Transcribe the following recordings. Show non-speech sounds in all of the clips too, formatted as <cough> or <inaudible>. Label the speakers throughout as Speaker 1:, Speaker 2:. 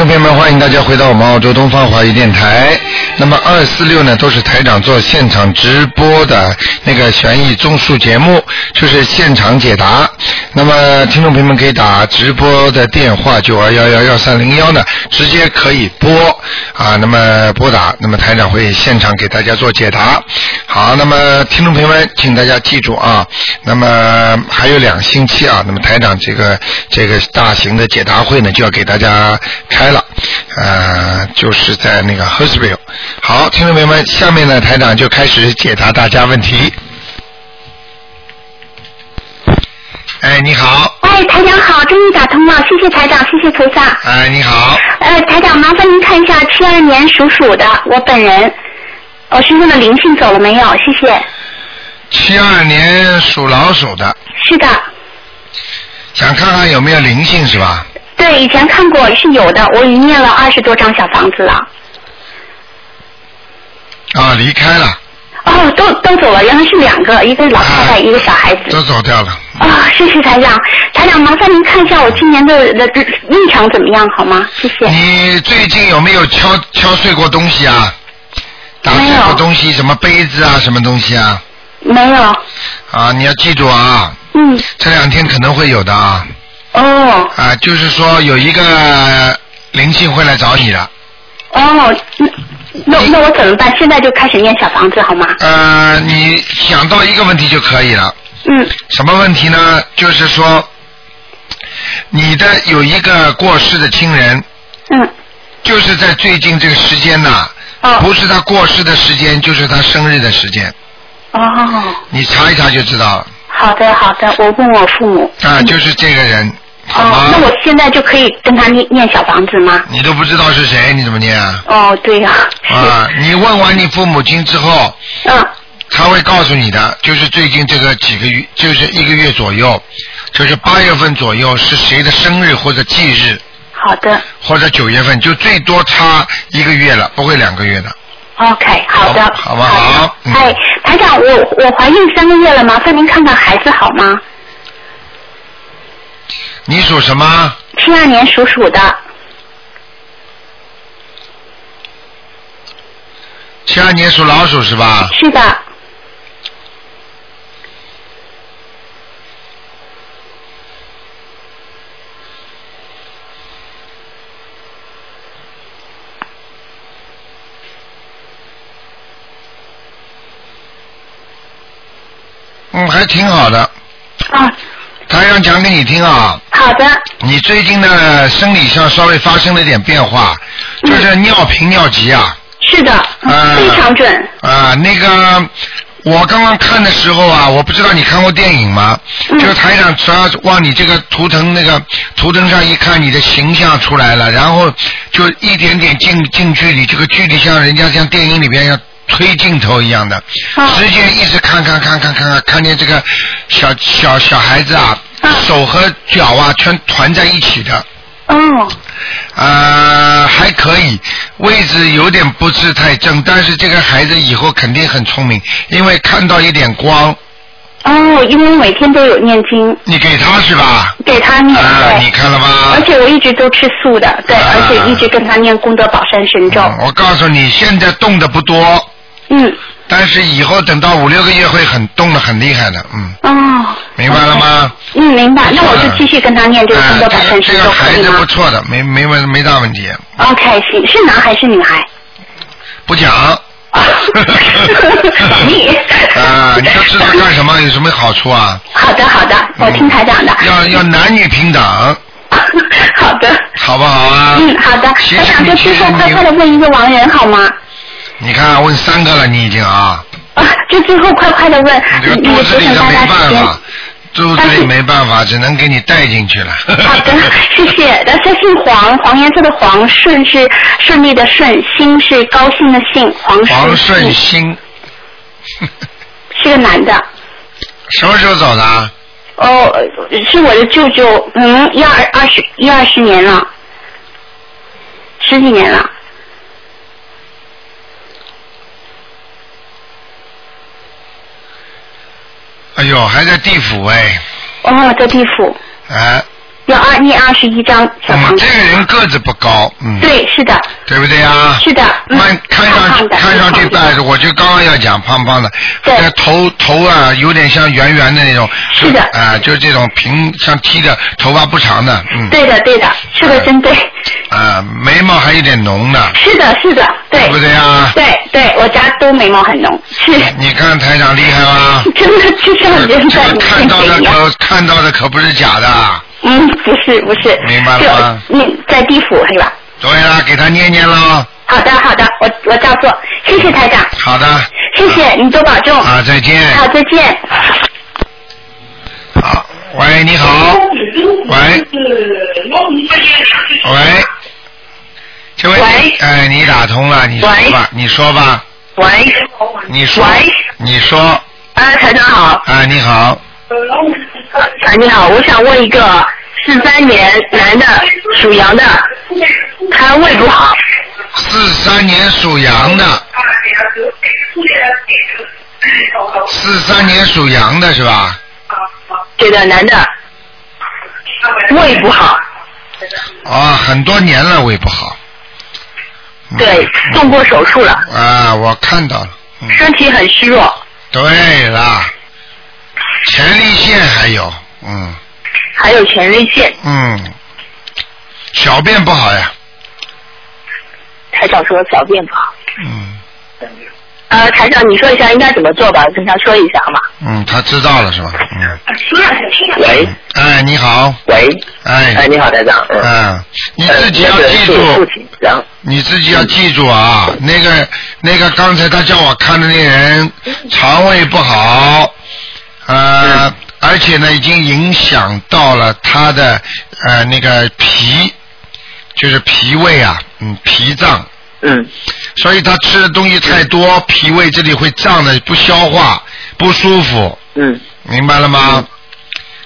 Speaker 1: 大家回到我们澳洲东方华语电台。那么二四六呢，都是台长做现场直播的那个悬疑综述节目，就是现场解答。那么听众朋友们可以打直播的电话九二幺幺幺三零幺呢，直接可以拨啊，那么拨打，那么台长会现场给大家做解答。好，那么听众朋友们，请大家记住啊，那么还有两星期啊，那么台长这个这个大型的解答会呢就要给大家开了，呃，就是在那个 h e r s v i l l e 好，听众朋友们，下面呢台长就开始解答大家问题。哎，你好，
Speaker 2: 哎，台长好，终于打通了，谢谢台长，谢谢菩萨。
Speaker 1: 哎，你好，
Speaker 2: 呃，台长，麻烦您看一下七二年属鼠的我本人，我身上的灵性走了没有？谢谢。
Speaker 1: 七二年属老鼠的，
Speaker 2: 是的，
Speaker 1: 想看看有没有灵性是吧？
Speaker 2: 对，以前看过是有的，我已经念了二十多张小房子了。
Speaker 1: 啊，离开了，
Speaker 2: 哦，都都走了，原来是两个，一个老太太，一个小孩子。
Speaker 1: 都走掉了。
Speaker 2: 啊、谢谢台长，台长，麻烦您看一下我今年的的的运程怎么样好吗？谢谢。
Speaker 1: 你最近有没有敲敲碎过东西啊？打碎
Speaker 2: 没
Speaker 1: 过
Speaker 2: 有
Speaker 1: 东西，什么杯子啊，什么东西啊？
Speaker 2: 没有，
Speaker 1: 啊，你要记住啊，
Speaker 2: 嗯，
Speaker 1: 这两天可能会有的啊。
Speaker 2: 哦
Speaker 1: 啊，就是说有一个灵性会来找你的。
Speaker 2: 哦，那那那我怎么办？现在就开始念小房子好吗？
Speaker 1: 呃，你想到一个问题就可以了。
Speaker 2: 嗯，
Speaker 1: 什么问题呢？就是说，你的有一个过世的亲人，
Speaker 2: 嗯，
Speaker 1: 就是在最近这个时间呐、<laughs>
Speaker 2: 哦
Speaker 1: 不是他过世的时间，就是他生日的时间。
Speaker 2: 哦，
Speaker 1: 你查一查就知道了
Speaker 2: 好的好的，我问我父母。
Speaker 1: 啊，就是这个人，好
Speaker 2: 嗯哦，
Speaker 1: 吗？
Speaker 2: 那我现在就可以跟他念念小房子吗？
Speaker 1: 你都不知道是谁，你怎么念啊？
Speaker 2: 哦，对呀、是
Speaker 1: 啊，你问完你父母亲之后，
Speaker 2: <laughs> 嗯，
Speaker 1: 他会告诉你的，就是最近这个几个月，就是一个月左右，就是八月份左右是谁的生日或者忌日，
Speaker 2: 好的
Speaker 1: 或者九月份，就最多差一个月了，不会两个月的。
Speaker 2: ，OK，好的，
Speaker 1: 好不好
Speaker 2: 的
Speaker 1: 嗯
Speaker 2: 哎，台长，我我怀孕三个月了，麻烦您看看孩子好吗？
Speaker 1: 你属什么？
Speaker 2: 七二年属鼠的，
Speaker 1: 啊七二年属老鼠是吧？
Speaker 2: 是的，
Speaker 1: 嗯，还挺好的。
Speaker 2: 哦，
Speaker 1: 他想讲给你听啊，
Speaker 2: 好的，
Speaker 1: 你最近的生理上稍微发生了一点变化，
Speaker 2: 嗯
Speaker 1: 就是尿频尿急啊。
Speaker 2: 是的，
Speaker 1: 嗯
Speaker 2: 非常准，
Speaker 1: 啊，那个我刚刚看的时候啊，我不知道你看过电影吗？
Speaker 2: 嗯
Speaker 1: 就是台长只要往你这个图腾那个图腾上一看，你的形象出来了，然后就一点点近近距离，这个距离像人家像电影里边要。推镜头一样的，
Speaker 2: 哦
Speaker 1: 直接一直看看看看看看，看见这个小小小孩子啊，
Speaker 2: 嗯
Speaker 1: 手和脚啊全团在一起的，
Speaker 2: 哦，
Speaker 1: 呃，还可以，位置有点不是太正，但是这个孩子以后肯定很聪明，因为看到一点光，
Speaker 2: 哦，因为我每天都有念经，
Speaker 1: 你给他是吧？
Speaker 2: 给他念，
Speaker 1: 啊、
Speaker 2: 嗯对
Speaker 1: 你看了吧？
Speaker 2: 而且我一直都吃素的，对，
Speaker 1: 啊
Speaker 2: 而且一直跟他念功德宝山神咒。
Speaker 1: 嗯我告诉你，现在动的不多，
Speaker 2: 嗯，
Speaker 1: 但是以后等到五六个月会很动的很厉害的，嗯，
Speaker 2: 哦，
Speaker 1: 明白了吗？
Speaker 2: 嗯，明白。那我就继续跟他念这个功
Speaker 1: 啊
Speaker 2: 德宝
Speaker 1: 这
Speaker 2: 山
Speaker 1: 个这
Speaker 2: 神咒，
Speaker 1: 个孩
Speaker 2: 可以
Speaker 1: 子不
Speaker 2: 吗
Speaker 1: 错的，没没问没大问题，
Speaker 2: ？OK，行，是男还是
Speaker 1: <laughs>
Speaker 2: 女孩？
Speaker 1: 不讲。
Speaker 2: 哦
Speaker 1: <laughs>
Speaker 2: <laughs> 你
Speaker 1: 啊，你要知道
Speaker 2: <laughs>
Speaker 1: 干什么，有什么好处啊？
Speaker 2: 好的，好的，我听台长的。
Speaker 1: 要要男女平等，
Speaker 2: <laughs> 好的，
Speaker 1: 好不好啊？
Speaker 2: 嗯，好的。
Speaker 1: 其
Speaker 2: 台
Speaker 1: 实
Speaker 2: 长，
Speaker 1: 你
Speaker 2: 就
Speaker 1: 其
Speaker 2: 最
Speaker 1: 实
Speaker 2: 后快快的
Speaker 1: 你，
Speaker 2: 问一个亡人好吗？ <laughs>
Speaker 1: 你看啊问三个了，你已经啊，
Speaker 2: 啊，就最后快快的问
Speaker 1: 你这个，
Speaker 2: 你
Speaker 1: 肚
Speaker 2: 也
Speaker 1: 子
Speaker 2: 节
Speaker 1: 里
Speaker 2: 省
Speaker 1: 的
Speaker 2: 嗯大
Speaker 1: 没
Speaker 2: 家时
Speaker 1: 办
Speaker 2: 间。
Speaker 1: 法，肚子里没办法，只能给你带进去了。
Speaker 2: 好的，
Speaker 1: <laughs>
Speaker 2: 谢谢。那他姓黄，黄颜色的黄，顺是顺利的顺，兴是高兴的兴，黄
Speaker 1: 黄
Speaker 2: 顺
Speaker 1: 顺
Speaker 2: 兴
Speaker 1: 兴，
Speaker 2: 是个男的。
Speaker 1: 什么时候走的啊？
Speaker 2: 哦，呃是我的舅舅，嗯，一二二十一二十年了，十几年了。
Speaker 1: 哎呦，还在地府哎，哎
Speaker 2: 哦，在地府，
Speaker 1: 啊，
Speaker 2: 要二
Speaker 3: 他念二十一张小
Speaker 1: 嗯
Speaker 3: 房，子
Speaker 1: 这。个人个子不高，嗯，
Speaker 3: 对，是的，
Speaker 1: 对不对啊呀？
Speaker 3: 是的。嗯
Speaker 1: 看看
Speaker 3: 胖
Speaker 1: 上去
Speaker 3: 胖的
Speaker 1: 看上去
Speaker 3: 胖胖的
Speaker 1: 哎，我就刚刚要讲胖胖的，
Speaker 3: 对
Speaker 1: 那头头啊有点像圆圆的那种，
Speaker 3: 是的
Speaker 1: 啊、就是这种平像剃的，头发不长的，嗯，
Speaker 3: 对的，对的，说的
Speaker 2: <laughs>
Speaker 3: 真对。
Speaker 1: 啊、眉毛还有点浓的，
Speaker 3: 是的，是的，对
Speaker 1: 对不对嗯呀？
Speaker 3: 对对，我家都眉毛很浓，是
Speaker 1: 你看台长厉害吧？
Speaker 3: <laughs> 真的，就像
Speaker 1: 这
Speaker 3: 人在
Speaker 1: 个
Speaker 3: 你
Speaker 1: 啊看
Speaker 3: 面
Speaker 1: 到的
Speaker 3: 前一样。
Speaker 1: 可看到的可不是假的，
Speaker 3: 嗯，不是不是，
Speaker 1: 明白了吗
Speaker 3: 就你在地府是吧？
Speaker 1: 对啦，给他念念喽。
Speaker 3: 好的好的，我我照做，谢谢台长，
Speaker 1: 好的，
Speaker 3: 谢谢你多保重，
Speaker 1: 啊，再见。
Speaker 3: 哦好再见。
Speaker 1: 好，喂，你好，
Speaker 3: 嗯
Speaker 1: 喂，喂，这位，
Speaker 2: 喂
Speaker 1: 哎，你打通了，你说吧，你说吧，
Speaker 2: 喂，
Speaker 1: 你说
Speaker 2: 喂，
Speaker 1: 你说，
Speaker 2: 啊，台长好，
Speaker 1: 啊，你好，
Speaker 2: 啊，你好，我想问一个四三年男的，属羊的，他胃不好，
Speaker 1: 四三年属羊的，四三年属羊的是吧？
Speaker 2: 这个男的胃不好，
Speaker 1: 啊，很多年了，胃不好。嗯
Speaker 2: 对，动过手术了，
Speaker 1: 啊，我看到了，嗯，
Speaker 2: 身体很虚弱，
Speaker 1: 对啦，前列腺还有，嗯
Speaker 2: 还有前列腺。
Speaker 1: 嗯，小便不好呀，
Speaker 2: 台长说小便不好，
Speaker 1: 嗯
Speaker 2: 呃，台长你说一下应该怎么做吧，跟他说一下好吗？
Speaker 1: 嗯，他知道了是吧？嗯，
Speaker 4: 喂
Speaker 1: 哎，你好，
Speaker 4: 喂，哎，
Speaker 1: 哎，
Speaker 4: 你好，台长。嗯，
Speaker 1: 嗯，你自己要
Speaker 4: 呃那个
Speaker 1: 记
Speaker 4: 是我父
Speaker 1: 住，
Speaker 4: 亲，然后
Speaker 1: 你自己要记住啊，那个那个刚才他叫我看的那人肠胃不好，呃，而且呢已经影响到了他的呃那个脾，就是脾胃啊，嗯，脾脏，
Speaker 4: 嗯
Speaker 1: 所以他吃的东西太多，脾胃这里会胀的不消化，不舒服，
Speaker 4: 嗯
Speaker 1: 明白了吗？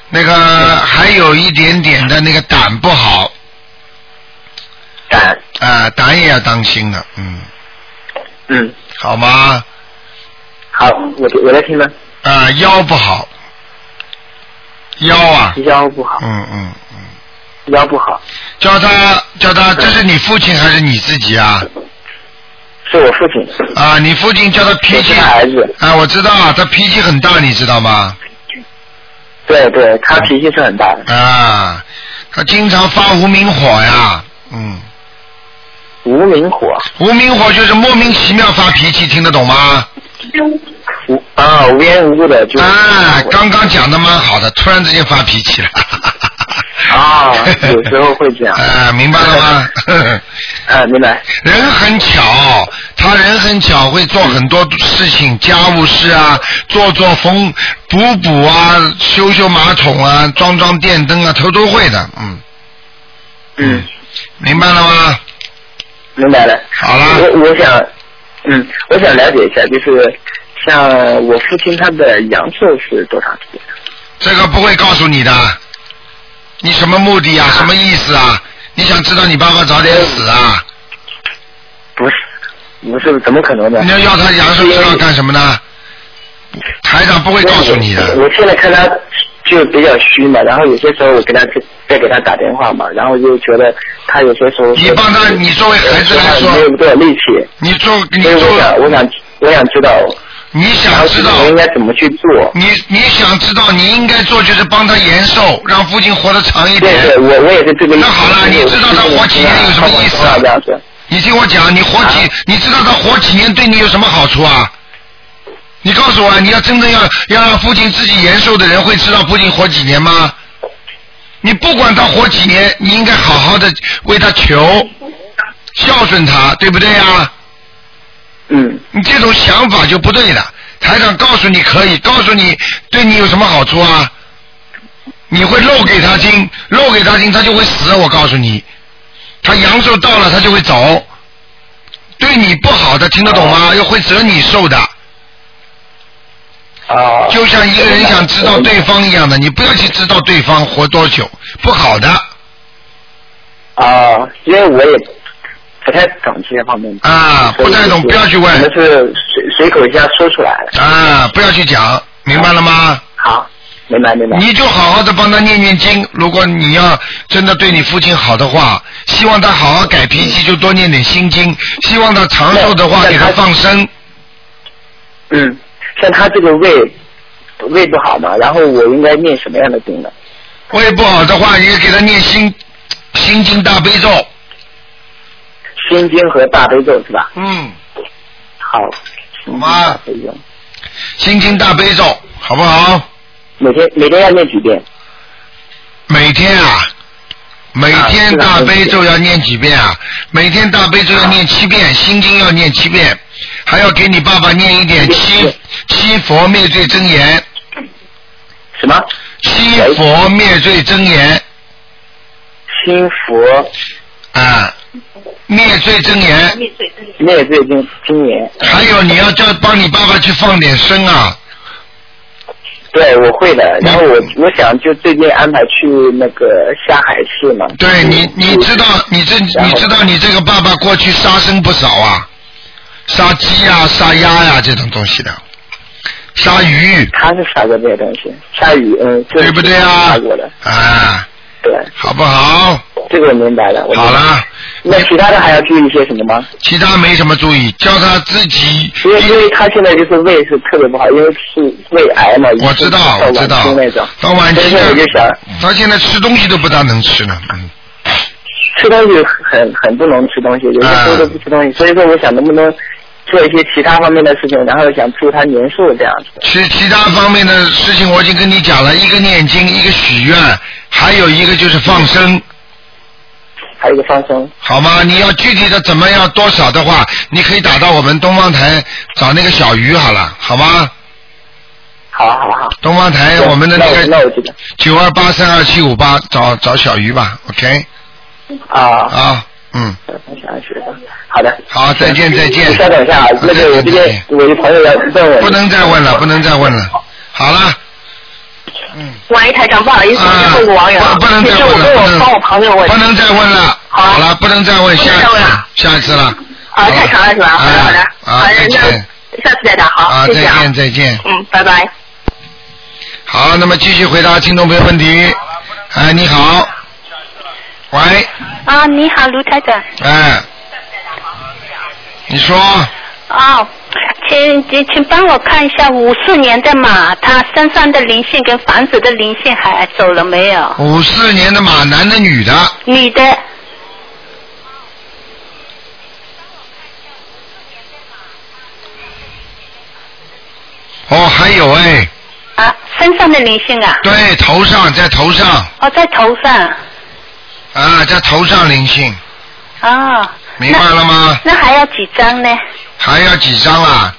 Speaker 1: 那个还有一点点的那个胆不好，
Speaker 4: 胆
Speaker 1: 啊、胆也要当心的，嗯，
Speaker 4: 嗯
Speaker 1: 好吗？
Speaker 4: 好，我我在听呢，
Speaker 1: 啊、腰不好，腰啊，
Speaker 4: 腰不好，
Speaker 1: 嗯嗯，
Speaker 4: 腰不好，
Speaker 1: 叫他叫他，这是你父亲还是你自己啊？
Speaker 4: 是我父亲，
Speaker 1: 啊，你父亲叫他脾
Speaker 4: 我是
Speaker 1: 气
Speaker 4: 他孩子，
Speaker 1: 啊，我知道啊，他脾气很大，你知道吗？
Speaker 4: 对对，他脾气是很大的，
Speaker 1: 啊，他经常发无名火呀，嗯，
Speaker 4: 无名火，
Speaker 1: 无名火就是莫名其妙发脾气，听得懂吗？
Speaker 4: 无啊无缘无故的就
Speaker 1: 啊，刚刚讲的蛮好的，突然之间发脾气了。
Speaker 4: <laughs>
Speaker 1: <laughs>
Speaker 4: 啊有时候会这样
Speaker 1: 啊，明白了
Speaker 4: <laughs>
Speaker 1: 吗？
Speaker 4: 啊，明白，
Speaker 1: 人很巧，他人很巧，会做很多事情，家务事啊，做做缝补补啊，修修马桶啊，装装电灯啊，他都会的，嗯，
Speaker 4: 嗯，
Speaker 1: 明白了吗？
Speaker 4: 明白了。
Speaker 1: 好啦
Speaker 4: 我我想，嗯，我想了解一下，就是像我父亲他的阳寿是多长时间？
Speaker 1: 这个不会告诉你的，你什么目的啊？什么意思啊？你想知道你爸爸早点死啊？
Speaker 4: 不是，不是，怎么可能呢？
Speaker 1: 你要要他阳寿知道干什么呢？台长不会告诉你的。
Speaker 4: 我现在看他就比较虚嘛，然后有些时候我给他再给他打电话嘛，然后就觉得他有些时候
Speaker 1: 你帮他，你作为孩子来
Speaker 4: 没有
Speaker 1: 说，
Speaker 4: 多少力气，
Speaker 1: 你做你
Speaker 4: 所以我想
Speaker 1: 做，
Speaker 4: 我想我想知道，
Speaker 1: 你
Speaker 4: 然
Speaker 1: 想
Speaker 4: 后
Speaker 1: 知道
Speaker 4: 我应该怎么去做？
Speaker 1: 你你想知道，你应该做就是帮他延寿，让父亲活得长一
Speaker 4: 对
Speaker 1: 点
Speaker 4: 对，。我我也是这个意
Speaker 1: 那
Speaker 4: 思。
Speaker 1: 好了你知道他活几年有什么意思啊
Speaker 4: 这样子，
Speaker 1: 你听我讲，你活几，你知道他活几年对你有什么好处啊？你告诉我，你要真正要要让父亲自己延寿的人，会知道父亲活几年吗？你不管他活几年，你应该好好的为他求，孝顺他，对不对呀、
Speaker 4: 嗯，
Speaker 1: 你这种想法就不对了。台长告诉你可以，告诉你对你有什么好处啊？你会漏给他听，漏给他听，他就会死。我告诉你，他阳寿到了，他就会走。对你不好的，听得懂吗？又会折你寿的，
Speaker 4: 啊，
Speaker 1: 就像一个人想知道对方一样的，你不要去知道对方活多久，不好的
Speaker 4: 啊，因为我也不太懂这些方面
Speaker 1: 啊，不太懂不要去
Speaker 4: 我
Speaker 1: 问
Speaker 4: 们是随随口一下说出来了。
Speaker 1: 啊，不要去讲，明白了吗？
Speaker 4: 好，明白明白。
Speaker 1: 你就好好的帮他念念经。如果你要真的对你父亲好的话，希望他好好改脾气，就多念点心经。希望他长寿的话，
Speaker 4: 对
Speaker 1: 给他
Speaker 4: 那他
Speaker 1: 放生。
Speaker 4: 嗯，像他这个胃胃不好嘛，然后我应该念什么样的经呢？
Speaker 1: 胃不好的话，也给他念心心经大悲咒。
Speaker 4: 心经和大悲咒是吧？
Speaker 1: 嗯，
Speaker 4: 好，心经
Speaker 1: 妈
Speaker 4: 大悲咒，
Speaker 1: 心经大悲咒，好不好？
Speaker 4: 每天每天要念几遍？
Speaker 1: 每天啊，每天大悲咒要念几遍啊？每天大悲咒要念七遍，心经要念七遍，还要给你爸爸念一点七七佛灭罪真言，
Speaker 4: 什么？
Speaker 1: 七佛灭罪真言
Speaker 4: 心佛
Speaker 1: 啊，灭罪真言。
Speaker 4: 灭罪经经言，
Speaker 1: 还有你要叫帮你爸爸去放点生啊，
Speaker 4: 对我会的。
Speaker 1: 嗯
Speaker 4: 然后我我想就最近安排去那个下海市嘛。
Speaker 1: 对你，你知道，你这你知道，你这个爸爸过去杀生不少啊，杀鸡呀、杀鸭呀、这种东西的，杀鱼，
Speaker 4: 他是杀过这些东西，下雨，嗯，这
Speaker 1: 对不对啊
Speaker 4: 杀过的，？
Speaker 1: 啊，
Speaker 4: 对，
Speaker 1: 好不好？
Speaker 4: 这个我明白了。我明白
Speaker 1: 好。了，
Speaker 4: 那其他的还要注意些什么吗？
Speaker 1: 其他没什么注意，叫他自己。
Speaker 4: 因为因为他现在就是胃是特别不好，因为是胃癌嘛，
Speaker 1: 我知道，我知道
Speaker 4: 到晚期那种，。
Speaker 1: 到晚期
Speaker 4: 所以我就想，
Speaker 1: 他现在吃东西都不大能吃了。嗯，
Speaker 4: 吃东西很很不能吃东西，有
Speaker 1: 啊
Speaker 4: 些时候都不吃东西，所以说我想能不能做一些其他方面的事情，然后想祝他年寿这样子。
Speaker 1: 其其他方面的事情我已经跟你讲了，一个念经，一个许愿，还有一个就是放生。
Speaker 4: 还有一个放松，
Speaker 1: 好吗？你要具体的怎么样多少的话，你可以打到我们东方台找那个小鱼好了，好吗？
Speaker 4: 好啊好好。
Speaker 1: 东方台哎我们的那
Speaker 4: 那我
Speaker 1: 个
Speaker 4: 那我知道
Speaker 1: 九二八三二七五八找找小鱼吧，OK
Speaker 4: 啊。
Speaker 1: 啊，嗯，
Speaker 4: 我想学的，好的。
Speaker 1: 好，再见再见。
Speaker 4: 稍等一下啊，那个我这
Speaker 1: 再
Speaker 4: 边
Speaker 1: 见
Speaker 4: 我的朋友要问我。
Speaker 1: 不能再问了，不能再问了，好了，
Speaker 5: 喂，台长，不好意思，
Speaker 1: 啊，
Speaker 5: 问个网友，
Speaker 1: 不不能
Speaker 5: 其
Speaker 1: 再
Speaker 5: 实我
Speaker 1: 问
Speaker 5: 跟
Speaker 1: 了，
Speaker 5: 我帮我朋友问
Speaker 1: 不，能再问了，
Speaker 5: 好
Speaker 1: 好了，不能再问，
Speaker 5: 不
Speaker 1: 下
Speaker 5: 能再问了
Speaker 1: 次下一次了，
Speaker 5: 啊，太长了是吧？好的好的，
Speaker 1: 啊
Speaker 5: 好
Speaker 1: 再
Speaker 5: 的，
Speaker 1: 见
Speaker 5: 那下次再打，
Speaker 1: 啊，
Speaker 5: 好，
Speaker 1: 再
Speaker 5: 谢谢啊，
Speaker 1: 见再见。
Speaker 5: 嗯，拜拜。
Speaker 1: 好，那么继续回答听众朋友问题。哎，你好，喂，
Speaker 6: 啊，你好，卢台长。
Speaker 1: 哎，你说
Speaker 6: 哦，请请请帮我看一下五四年的马，他身上的灵性跟房子的灵性还走了没有？
Speaker 1: 五四年的马，男的女的？
Speaker 6: 女的，
Speaker 1: 哦，还有哎，
Speaker 6: 啊，身上的灵性啊，
Speaker 1: 对，头上在头上
Speaker 6: 哦，在头上，
Speaker 1: 啊，在头上灵性，
Speaker 6: 哦，
Speaker 1: 明白了吗？
Speaker 6: 那还要几张呢？
Speaker 1: 还要几张啊？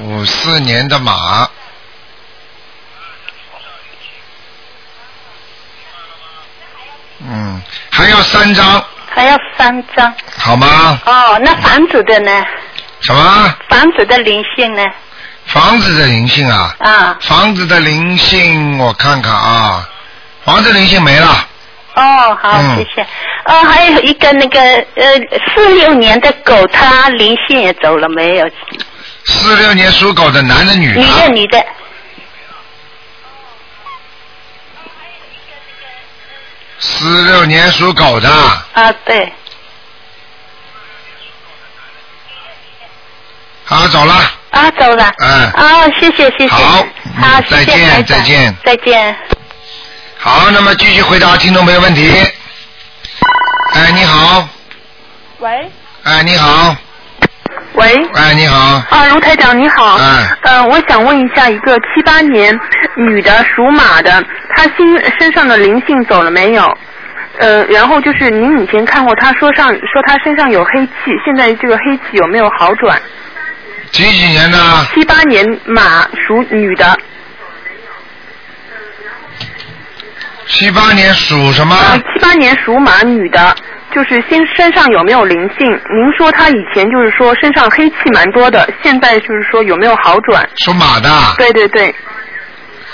Speaker 1: 五四年的马，嗯，还要三张，
Speaker 6: 还要三张。
Speaker 1: 好吗？
Speaker 6: 哦，那房子的呢？
Speaker 1: 什么？
Speaker 6: 房子的灵性呢？
Speaker 1: 房子的灵性啊？
Speaker 6: 啊，
Speaker 1: 房子的灵性，我看看啊，房子灵性没了，
Speaker 6: 哦，好，
Speaker 1: 嗯
Speaker 6: 谢谢。哦，还有一个那个呃，四六年的狗，它灵性也走了没有？
Speaker 1: 嗯四六年属狗的男的女
Speaker 6: 女的，
Speaker 1: 的？
Speaker 6: 女的。
Speaker 1: 四六年属狗的，
Speaker 6: 啊，对，
Speaker 1: 好，走了。
Speaker 6: 啊，走了。
Speaker 1: 嗯
Speaker 6: 啊，谢谢谢谢。
Speaker 1: 好嗯
Speaker 6: 好，谢
Speaker 1: 再
Speaker 6: 谢
Speaker 1: 见
Speaker 6: 台长
Speaker 1: 再见
Speaker 6: 再见。
Speaker 1: 好，那么继续回答听众朋友问题。哎，你好，
Speaker 2: 喂
Speaker 1: 哎，你好，
Speaker 2: 喂，
Speaker 1: 哎，你好，
Speaker 2: 啊，卢台长你好，
Speaker 1: 哎
Speaker 2: 呃，我想问一下，一个七八年女的属马的，她心身上的灵性走了没有？呃，然后就是您以前看过，她说上说她身上有黑气，现在这个黑气有没有好转？
Speaker 1: 几几年的？
Speaker 2: 七八年马属女的，
Speaker 1: 啊七八年属什么？
Speaker 2: 啊，七八年属马女的，就是身身上有没有灵性？您说她以前就是说身上黑气蛮多的，现在就是说有没有好转？
Speaker 1: 属马的。
Speaker 2: 对对对，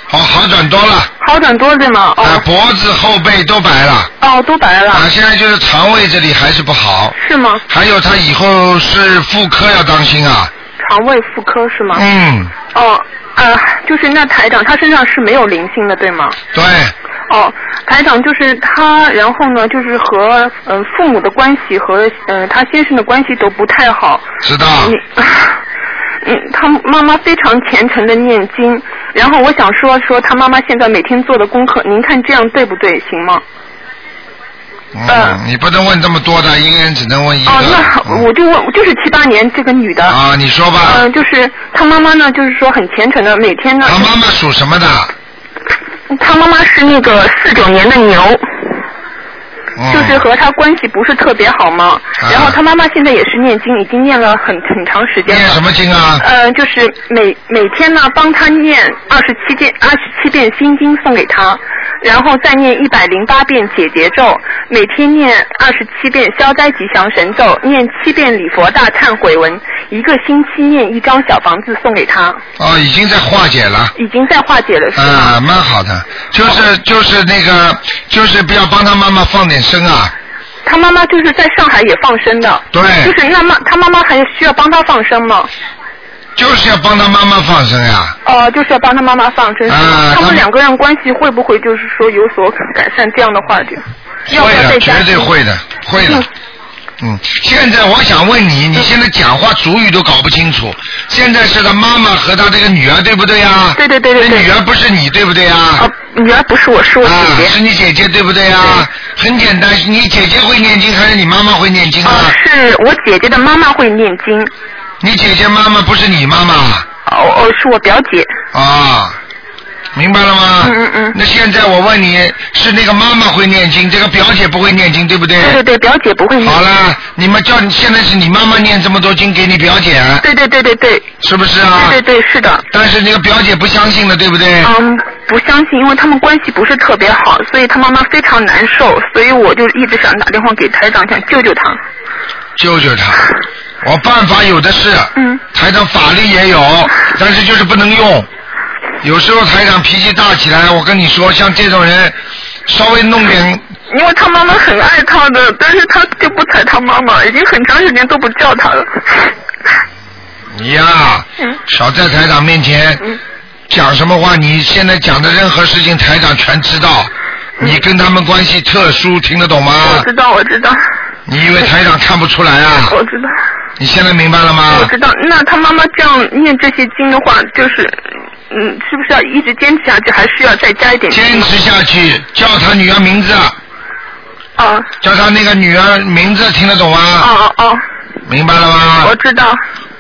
Speaker 1: 好，好转多了。
Speaker 2: 好转多对吗？哦、
Speaker 1: 啊，脖子、后背都白了。
Speaker 2: 哦，都白了，
Speaker 1: 啊，现在就是肠胃这里还是不好，
Speaker 2: 是吗？
Speaker 1: 还有他以后是妇科要当心啊。
Speaker 2: 肠胃妇科是吗？
Speaker 1: 嗯，
Speaker 2: 哦，呃，就是那台长他身上是没有灵性的，对吗？
Speaker 1: 对，
Speaker 2: 哦，台长就是他，然后呢，就是和嗯、呃父母的关系和嗯、呃他先生的关系都不太好。
Speaker 1: 知道。
Speaker 2: 你，嗯，他妈妈非常虔诚的念经，然后我想说说他妈妈现在每天做的功课，您看这样对不对，行吗？
Speaker 1: 嗯，
Speaker 2: 嗯
Speaker 1: 你不能问这么多的，一个人只能问一个。
Speaker 2: 哦，那
Speaker 1: 嗯
Speaker 2: 我就问，就是七八年这个女的，
Speaker 1: 啊，你说
Speaker 2: 嗯、
Speaker 1: 吧，
Speaker 2: 就是她妈妈呢，就是说很虔诚的，每天呢，
Speaker 1: 他妈妈属什么的？
Speaker 2: 她妈妈是那个四九年的牛，
Speaker 1: 哦嗯
Speaker 2: 就是和她关系不是特别好嘛。
Speaker 1: 啊
Speaker 2: 然后她妈妈现在也是念经，已经念了很很长时间
Speaker 1: 念什
Speaker 2: 了。
Speaker 1: 么经啊？
Speaker 2: 呃，就是每每天呢，帮她念二十七遍二十七遍心经送给她，然后再念一百零八遍解结咒，每天念二十七遍消灾吉祥神咒，念七遍礼佛大忏悔文，一个星期念一张小房子送给她，
Speaker 1: 哦，已经在化解了。
Speaker 2: 已经在化解了，是哦吗？
Speaker 1: 啊，蛮好的，就是就是那个，就是不要帮他妈妈放点声啊，
Speaker 2: 他妈妈就是在上海也放生的，
Speaker 1: 对
Speaker 2: 就是那妈他妈妈还需要帮他放生吗？
Speaker 1: 就是要帮他妈妈放声呀、
Speaker 2: 呃，就是要帮他妈妈放生，是吗
Speaker 1: 啊
Speaker 2: 他
Speaker 1: 他们
Speaker 2: 们两个人关系会不会就是说有所改善？这样的话就，要不
Speaker 1: 会
Speaker 2: 要
Speaker 1: 的，
Speaker 2: 再
Speaker 1: 绝
Speaker 2: 加
Speaker 1: 对
Speaker 2: 深
Speaker 1: 会的，会的
Speaker 2: 嗯。
Speaker 1: 嗯，现在我想问你，你现在讲话主语都搞不清楚。现在是他妈妈和他这个女儿，对不对呀？
Speaker 2: 对对对对
Speaker 1: 这女
Speaker 2: 对。
Speaker 1: 儿不是你，对不对呀？
Speaker 2: 啊，女儿不是我，是我姐
Speaker 1: 啊，是
Speaker 2: 姐。
Speaker 1: 你姐姐，对不对呀？很简单，你姐姐会念经还是你妈妈会念经
Speaker 2: 啊，
Speaker 1: 啊？
Speaker 2: 是我姐姐的妈妈会念经，
Speaker 1: 你姐姐妈妈不是你妈妈
Speaker 2: 哦哦，是我表姐。
Speaker 1: 啊？明白了吗？
Speaker 2: 嗯嗯嗯
Speaker 1: 那现在我问你，是那个妈妈会念经，这个表姐不会念经，对不对？
Speaker 2: 对对对，表姐不会念。
Speaker 1: 哎好了，你们叫你现在是你妈妈念这么多经给你表姐，啊
Speaker 2: 对对对对对，
Speaker 1: 是不是啊？
Speaker 2: 对对对，是的。
Speaker 1: 但是那个表姐不相信了，对不对？
Speaker 2: 嗯，不相信，因为他们关系不是特别好，所以他妈妈非常难受，所以我就一直想打电话给台长，想救救他。
Speaker 1: 救救她！我办法有的是，
Speaker 2: 嗯
Speaker 1: 台长法力也有，但是就是不能用。有时候台长脾气大起来，我跟你说，像这种人，稍微弄点
Speaker 2: 因为他妈妈很爱他的，但是他就不睬他妈妈，已经很长时间都不叫他了。
Speaker 1: 你呀、
Speaker 2: 嗯
Speaker 1: 少在台长面前
Speaker 2: 嗯
Speaker 1: 讲什么话，你现在讲的任何事情，台长全知道。你跟他们关系特殊，听得懂吗？
Speaker 2: 我知道，我知道，
Speaker 1: 你以为台长看不出来啊？
Speaker 2: <laughs> 我知道，
Speaker 1: 你现在明白了吗
Speaker 2: 我？知道。那他妈妈这样念这些经的话，就是，嗯，是不是要一直坚持下去，还是要再加一点
Speaker 1: 坚持下去，叫他女儿名字，
Speaker 2: 啊
Speaker 1: 叫他那个女儿名字，听得懂
Speaker 2: 啊
Speaker 1: 吗？
Speaker 2: 啊啊！
Speaker 1: 明白了吗
Speaker 2: 我？知道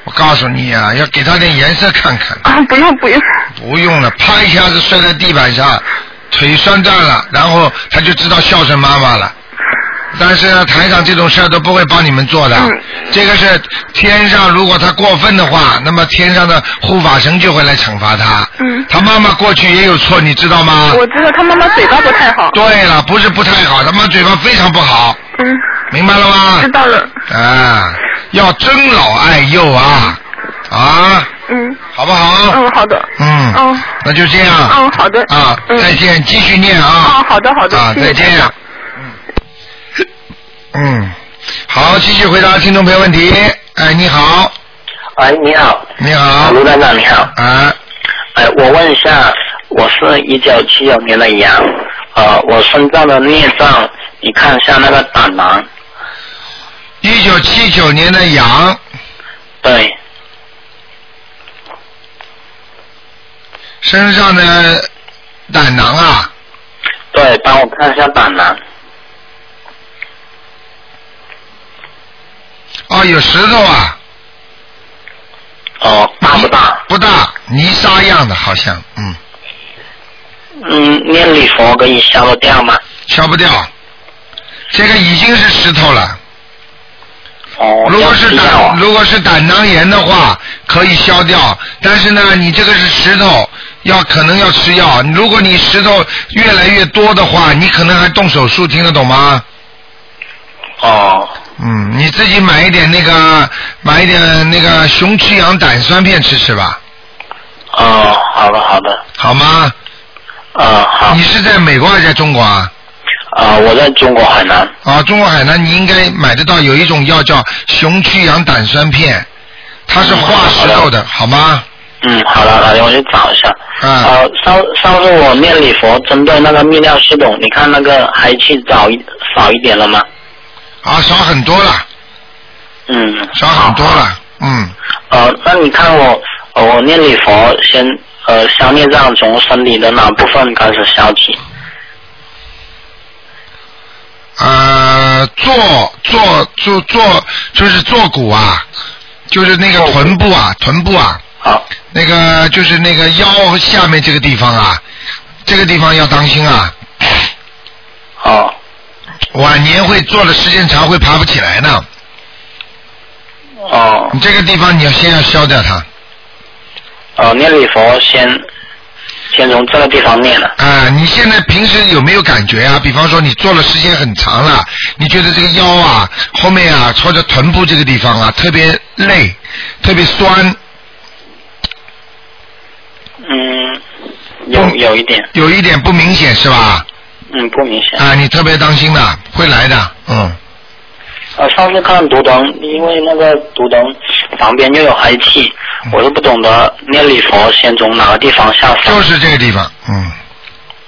Speaker 1: 我告诉你啊，要给他点颜色看看。
Speaker 2: 啊，不用不用，
Speaker 1: 不用了，啪一下子摔在地板上，腿酸断了，然后他就知道孝顺妈妈了。但是呢，台长这种事儿都不会帮你们做的，
Speaker 2: 嗯
Speaker 1: 这个是天上如果他过分的话，那么天上的护法神就会来惩罚他。
Speaker 2: 嗯
Speaker 1: 他妈妈过去也有错，你知道吗？
Speaker 2: 我知道他妈妈嘴巴不太好。
Speaker 1: 对了，不是不太好，他妈嘴巴非常不好，
Speaker 2: 嗯，
Speaker 1: 明白了吗
Speaker 2: 知？道了。
Speaker 1: 啊，要尊老爱幼啊，啊，
Speaker 2: 嗯
Speaker 1: 好不好？
Speaker 2: 嗯，好的。
Speaker 1: 嗯，
Speaker 2: 嗯
Speaker 1: 那就这样。
Speaker 2: 嗯，好的。
Speaker 1: 啊，
Speaker 2: 嗯。
Speaker 1: 再见，继续念啊
Speaker 2: 啊，。好的好的，
Speaker 1: 啊，
Speaker 2: 谢
Speaker 1: 再
Speaker 2: 谢台
Speaker 1: 见
Speaker 2: 长。。
Speaker 1: 嗯，嗯，好，继续回答听众朋友问题。哎，你好，
Speaker 4: 哎，你好，
Speaker 1: 你好，
Speaker 4: 卢站长你好。
Speaker 1: 啊，
Speaker 4: 哎，我问一下，我是一九七九年的羊，呃，我身上的孽障，你看一下那个胆囊，
Speaker 1: 一九七九年的羊，
Speaker 4: 对，
Speaker 1: 身上的胆囊啊，
Speaker 4: 对，帮我看一下胆囊，
Speaker 1: 哦，有石头啊，
Speaker 4: 哦，大不大？
Speaker 1: 不大，泥沙样的，好像，嗯，
Speaker 4: 嗯，念礼佛可以消得掉吗？
Speaker 1: 消不掉。这个已经是石头了，
Speaker 4: 哦，
Speaker 1: 如果
Speaker 4: 要
Speaker 1: 是
Speaker 4: 消
Speaker 1: 胆
Speaker 4: 啊
Speaker 1: 如果是胆囊炎的话，可以消掉。但是呢，你这个是石头，要可能要吃药。如果你石头越来越多的话，你可能还动手术，听得懂吗？
Speaker 4: 哦，
Speaker 1: 嗯，你自己买一点那个，买一点那个熊吃羊胆酸片吃吃吧，
Speaker 4: 哦，好的好的，
Speaker 1: 好吗？
Speaker 4: 呃好
Speaker 1: 你，是在美国还是在中国啊？
Speaker 4: 呃我在中国海南，
Speaker 1: 啊，中国海南你应该买得到有一种药叫熊去氧胆酸片，它是化石头的，好吗？
Speaker 4: 嗯，好了，打电话去找一下。
Speaker 1: 啊，
Speaker 4: 呃，上上次我念礼佛，针对那个泌尿系统，你看那个还去找一少一点了吗？
Speaker 1: 啊，少很多了，
Speaker 4: 嗯，
Speaker 1: 少很多了，嗯，
Speaker 4: 呃，那你看我，呃我念礼佛先呃消孽障，从身体的哪部分开始消起？
Speaker 1: 呃，坐坐坐坐，就是坐骨啊，就是那个臀部啊，臀部啊，
Speaker 4: 好，
Speaker 1: 那个就是那个腰下面这个地方啊，这个地方要当心啊，
Speaker 4: 哦，
Speaker 1: 晚年会坐的时间长会爬不起来呢。
Speaker 4: 哦，
Speaker 1: 你这个地方你要先要消掉它，啊、
Speaker 4: 呃，念礼佛先先从这个地方念了。
Speaker 1: 啊你现在平时有没有感觉啊？比方说你坐了时间很长了，你觉得这个腰啊、后面啊或者臀部这个地方啊特别累，特别酸，
Speaker 4: 嗯，有
Speaker 1: 嗯
Speaker 4: 有一点，
Speaker 1: 有一点不明显是吧？
Speaker 4: 嗯，不明显。
Speaker 1: 啊，你特别当心的，会来的，嗯。
Speaker 4: 呃，上次看读腾，因为那个读腾旁边又有黑气，
Speaker 1: 嗯
Speaker 4: 我就不懂得念礼佛先从哪个地方下手。
Speaker 1: 就是这个地方，嗯。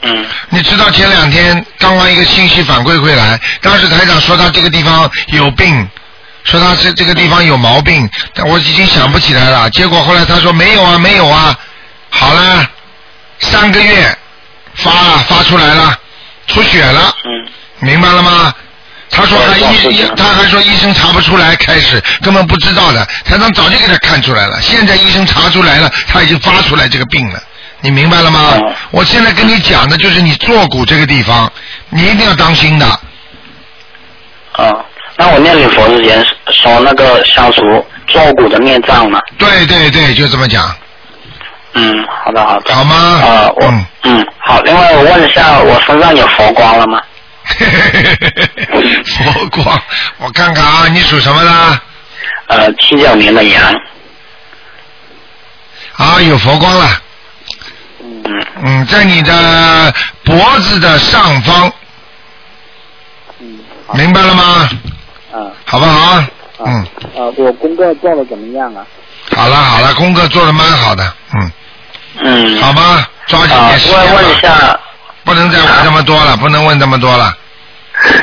Speaker 4: 嗯，
Speaker 1: 你知道前两天刚刚一个信息反馈回来，当时台长说他这个地方有病，说他这这个地方有毛病，但我已经想不起来了。结果后来他说没有啊，没有啊，好了，三个月发发出来了，出血了，
Speaker 4: 嗯，
Speaker 1: 明白了吗？他说还
Speaker 4: 对我
Speaker 1: 医
Speaker 4: 知
Speaker 1: 医
Speaker 4: 道，
Speaker 1: 他还说医生查不出来，开始根本不知道的，台长早就给他看出来了，现在医生查出来了，他已经发出来这个病了。你明白了吗
Speaker 4: 哦？
Speaker 1: 我现在跟你讲的就是你坐骨这个地方，你一定要当心的。
Speaker 4: 啊，那我念礼佛之前说那个消除坐骨的孽障嘛。
Speaker 1: 对对对，就这么讲，
Speaker 4: 嗯，好的好的。
Speaker 1: 好吗？
Speaker 4: 啊，我
Speaker 1: 嗯。 <laughs>
Speaker 4: 嗯好。另外我问一下，我身上有佛光了吗？
Speaker 1: 佛光，我看看啊，你属什么的？
Speaker 4: 呃，七九年的羊。
Speaker 1: 啊，有佛光了。
Speaker 4: 嗯
Speaker 1: 嗯，在你的脖子的上方，
Speaker 4: 嗯
Speaker 1: 明白了吗？
Speaker 4: 啊
Speaker 1: 好不好？嗯，
Speaker 4: 呃，我功课做的怎么样啊？
Speaker 1: 好了好了，功课做的蛮好的，嗯，
Speaker 4: 嗯。
Speaker 1: 好吧，抓紧
Speaker 4: 啊
Speaker 1: 点，时
Speaker 4: 另外
Speaker 1: 间
Speaker 4: 问一
Speaker 1: 吧，
Speaker 4: 下，
Speaker 1: 不能再问这么多了，不能问这么多了，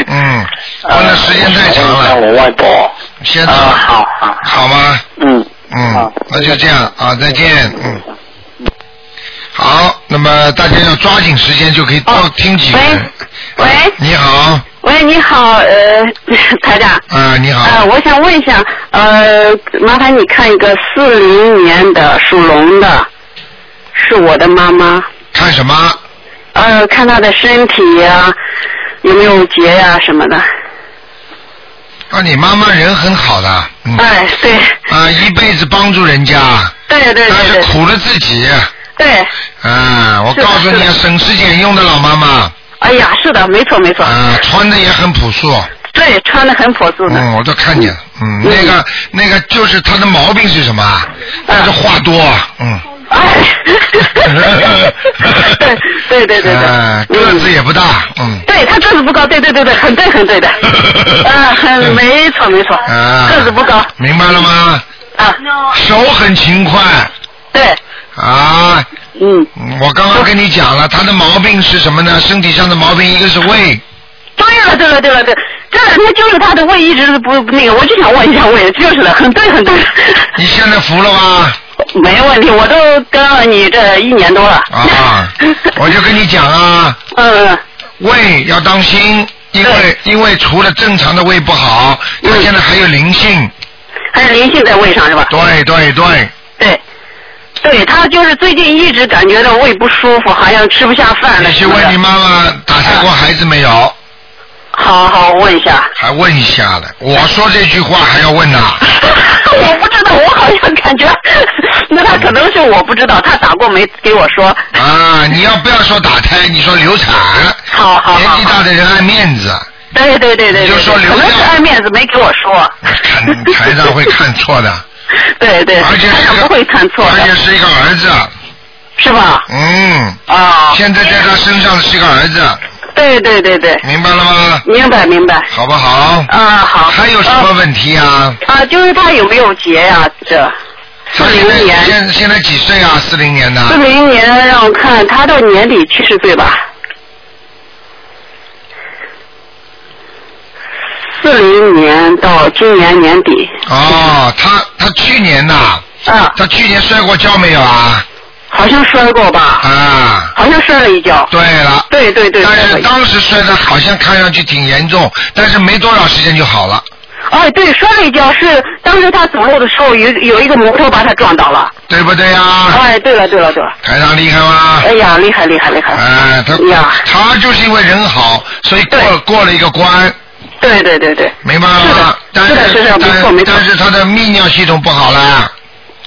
Speaker 1: 嗯，问的
Speaker 4: 呃，
Speaker 1: 时间太长
Speaker 4: 我想
Speaker 1: 了，
Speaker 4: 问一下我外婆。
Speaker 1: 现在
Speaker 4: 啊，好好，
Speaker 1: 好吗？
Speaker 4: 嗯，
Speaker 1: 嗯
Speaker 4: 好，
Speaker 1: 那就这样啊，再见，嗯。好，那么大家要抓紧时间，就可以多
Speaker 4: 哦
Speaker 1: 听几个人。
Speaker 2: 喂喂
Speaker 1: 你好，
Speaker 2: 喂，你好，呃， <laughs> 台长。
Speaker 1: 啊，你
Speaker 2: 呃，
Speaker 1: 好，
Speaker 2: 我想问一下，呃，麻烦你看一个四零年的属龙的，是我的妈妈，
Speaker 1: 看什么？
Speaker 2: 呃，看她的身体呀、有没有结呀、什么的。
Speaker 1: 啊，你妈妈人很好的，嗯，
Speaker 2: 哎，对，
Speaker 1: 啊，一辈子帮助人家，
Speaker 2: 对对
Speaker 1: 但是
Speaker 2: 对
Speaker 1: 苦了自己，
Speaker 2: 对，对，
Speaker 1: 啊，我
Speaker 2: 是的
Speaker 1: 告诉你啊，
Speaker 2: 是的
Speaker 1: 省吃俭用的老妈妈，
Speaker 2: 哎呀，是的，没错没错，
Speaker 1: 啊，穿的也很朴素，
Speaker 2: 对，穿的很朴素的，
Speaker 1: 嗯，我都看见了，嗯，那个那个就是她的毛病是什么啊？就是话多，嗯。
Speaker 2: <laughs>
Speaker 1: <laughs>
Speaker 2: 哎，对对对对
Speaker 1: 哎
Speaker 2: 对，
Speaker 1: 个子
Speaker 2: 嗯。
Speaker 1: 也不大，嗯。
Speaker 2: 对他个子不高，对对对对，很对很
Speaker 1: <laughs>
Speaker 2: 对的，啊，很没错没错，
Speaker 1: 啊。
Speaker 2: 嗯个子不高
Speaker 1: 明白了吗？
Speaker 2: 啊，
Speaker 1: 手很勤快
Speaker 2: 对，
Speaker 1: 啊！
Speaker 2: 嗯，
Speaker 1: 我刚刚跟你讲了，他的毛病是什么呢？身体上的毛病，一个是胃，
Speaker 2: 对了，对了，对了，对，这那就是他的胃一直不那个，我就想问一下胃，就是的，很对，很对， <laughs>
Speaker 1: 你现在服了吧？
Speaker 2: 没问题，我都跟了你这一年多了。，
Speaker 1: 啊
Speaker 2: <laughs>
Speaker 1: 我就跟你讲啊，
Speaker 2: 嗯，
Speaker 1: 胃要当心，因为因为除了正常的胃不好，
Speaker 2: 嗯
Speaker 1: 他现在还有灵性，
Speaker 2: 还是灵性在胃上是吧？
Speaker 1: 对对对，
Speaker 2: 对，对他就是最近一直感觉到胃不舒服，好像吃不下饭了。
Speaker 1: 你去问你妈妈打胎过孩子没有？
Speaker 2: 好好问一下。 <laughs>
Speaker 1: 还问一下了，我说这句话还要问啊呐、
Speaker 2: 我不知道，我好像感觉，那他可能是我不知道，他打过没给我说。
Speaker 1: 啊，你要不要说打胎？你说流产，
Speaker 2: 好好好
Speaker 1: 年纪大
Speaker 2: 好，
Speaker 1: 的人爱面子，
Speaker 2: <laughs> 对对对对
Speaker 1: 你就说
Speaker 2: 对，
Speaker 1: 留
Speaker 2: 可能是
Speaker 1: 下
Speaker 2: 爱面子没给我说。
Speaker 1: 看台上会看错的，
Speaker 2: <laughs> 对 <laughs> 对，
Speaker 1: 而且
Speaker 2: 台
Speaker 1: 是
Speaker 2: 长
Speaker 1: 一个
Speaker 2: 不会看错
Speaker 1: 而且
Speaker 2: 的，
Speaker 1: 是一个儿子，
Speaker 2: 是吧？
Speaker 1: 嗯，
Speaker 2: 啊，
Speaker 1: 现在在他身上是一个儿子，
Speaker 2: 对对对对，
Speaker 1: 明白了吗？
Speaker 2: 明白明白。
Speaker 1: 好不好？
Speaker 2: 啊，好。
Speaker 1: 还有什么问题啊？
Speaker 2: 啊？啊，就是他有没有结呀、这四零年，
Speaker 1: 现现在几岁啊？四零年的。
Speaker 2: 四零年让我看，他到年底七十岁吧。四零年到今年年底，
Speaker 1: 哦，他他去年呐、
Speaker 2: 啊，
Speaker 1: 他去年摔过跤没有啊？
Speaker 2: 好像摔过吧，
Speaker 1: 啊，
Speaker 2: 好像摔了一跤。
Speaker 1: 对了，
Speaker 2: 对对对，
Speaker 1: 但
Speaker 2: 摔了
Speaker 1: 是
Speaker 2: 一跤。
Speaker 1: 当时摔的好像看上去挺严重，但是没多少时间就好了。
Speaker 2: 哦，对，摔了一跤是当时他走路的时候有有一个摩托把他撞倒了。
Speaker 1: 对不对呀、啊？
Speaker 2: 哎，对了对了对了，
Speaker 1: 台长厉害吗？
Speaker 2: 哎呀，厉害厉害厉害！
Speaker 1: 哎，他
Speaker 2: 呀
Speaker 1: 他就是因为人好，所以过
Speaker 2: 啊对
Speaker 1: 过了一个关，
Speaker 2: 对对对对，
Speaker 1: 明白吗？
Speaker 2: 是的
Speaker 1: 但
Speaker 2: 是的是的没错
Speaker 1: 但
Speaker 2: 没错
Speaker 1: 但是他的泌尿系统不好啦，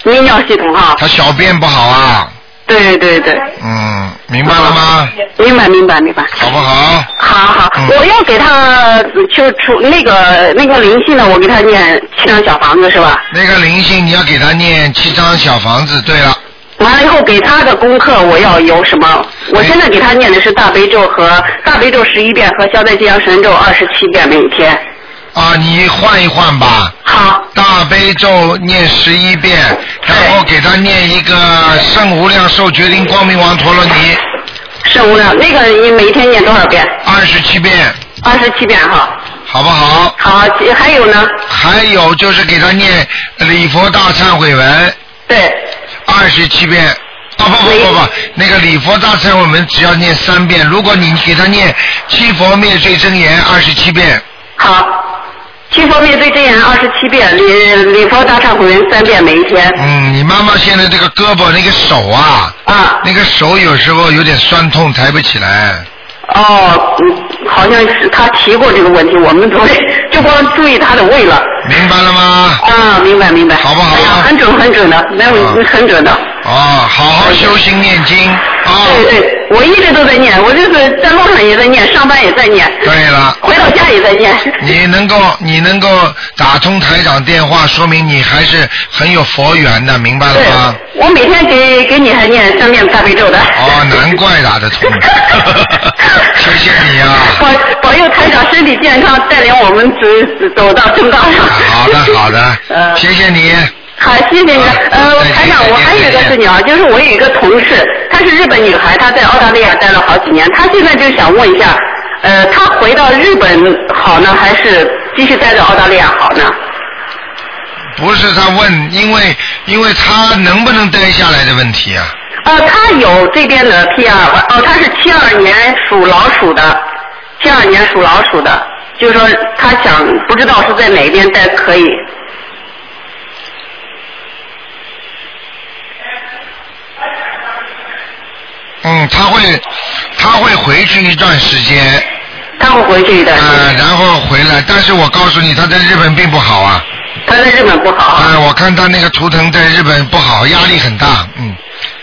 Speaker 2: 泌尿系统哈，
Speaker 1: 他小便不好啊，
Speaker 2: 对对对，
Speaker 1: 嗯，明白了吗？
Speaker 2: 明白明白明白。
Speaker 1: 好不好？
Speaker 2: 好好，
Speaker 1: 嗯
Speaker 2: 我要给他就除那个那个灵性的，我给他念七张小房子是吧？
Speaker 1: 那个灵性你要给他念七张小房子。对了，
Speaker 2: 完了以后给他的功课我要有什么？我现在给他念的是大悲咒和大悲咒十一遍和消灾吉祥神咒二十七遍每一天。
Speaker 1: 啊，你换一换吧。
Speaker 2: 好，
Speaker 1: 大悲咒念十一遍，然后给他念一个圣无量寿决定光明王陀罗尼
Speaker 2: 圣无量那个你每天念多少遍？
Speaker 1: 二十七遍，
Speaker 2: 二十七遍哈。
Speaker 1: 好不好？
Speaker 2: 好，其还有呢？
Speaker 1: 还有就是给他念礼佛大忏悔文
Speaker 2: 对，
Speaker 1: 二十七遍，啊不不不不，那个礼佛大忏悔文只要念三遍，如果你给他念七佛灭罪真言二十七遍，
Speaker 2: 好。七佛灭罪真言二十七遍，礼礼佛大忏悔文三遍每一天。
Speaker 1: 嗯，你妈妈现在这个胳膊那个手啊，
Speaker 2: 啊，
Speaker 1: 那个手有时候有点酸痛，抬不起来。
Speaker 2: 哦，嗯，好像是他提过这个问题，我们昨天 <laughs> 就光注意他的胃了。
Speaker 1: 明白了吗？
Speaker 2: 啊，明白明白。
Speaker 1: 好不好
Speaker 2: 哎呀很准很准的，没有、
Speaker 1: 啊
Speaker 2: 很准的。
Speaker 1: 哦，好好修心念经啊！
Speaker 2: 对对，我一直都在念，我就是在路上也在念，上班也在念，
Speaker 1: 对啊了，
Speaker 2: 回到家也在念。
Speaker 1: 你能够你能够打通台长电话，说明你还是很有佛缘的，明白
Speaker 2: 对
Speaker 1: 了吗？，
Speaker 2: 我每天给给你还念三遍大悲咒的。
Speaker 1: 哦，难怪打得 <laughs> 通， <laughs> 谢谢你
Speaker 2: <laughs>
Speaker 1: 啊！
Speaker 2: 保保佑台长身体健康，带领我们走走到正道上。
Speaker 1: 好的好的，
Speaker 2: <laughs> 呃
Speaker 1: 谢谢你。
Speaker 2: 好，谢谢你。呃，
Speaker 1: 再见
Speaker 2: 台长，
Speaker 1: 再见
Speaker 2: 我还有一个事情啊，就是我有一个同事，她是日本女孩，她在澳大利亚待了好几年，她现在就想问一下，呃，她回到日本好呢，还是继续待在澳大利亚好呢？
Speaker 1: 不是他问，因为因为他能不能待下来的问题啊。
Speaker 2: 呃，她有这边的 PR，哦，她是七二年属老鼠的，七二年属老鼠的，就是说她想不知道是在哪边待可以。
Speaker 1: 嗯，他会他会回去一段时间，
Speaker 2: 她会回去的，
Speaker 1: 呃，然后回来。但是我告诉你，他在日本并不好啊。
Speaker 2: 她在日本不好。
Speaker 1: 哎，我看他那个图腾在日本不好，压力很大。嗯，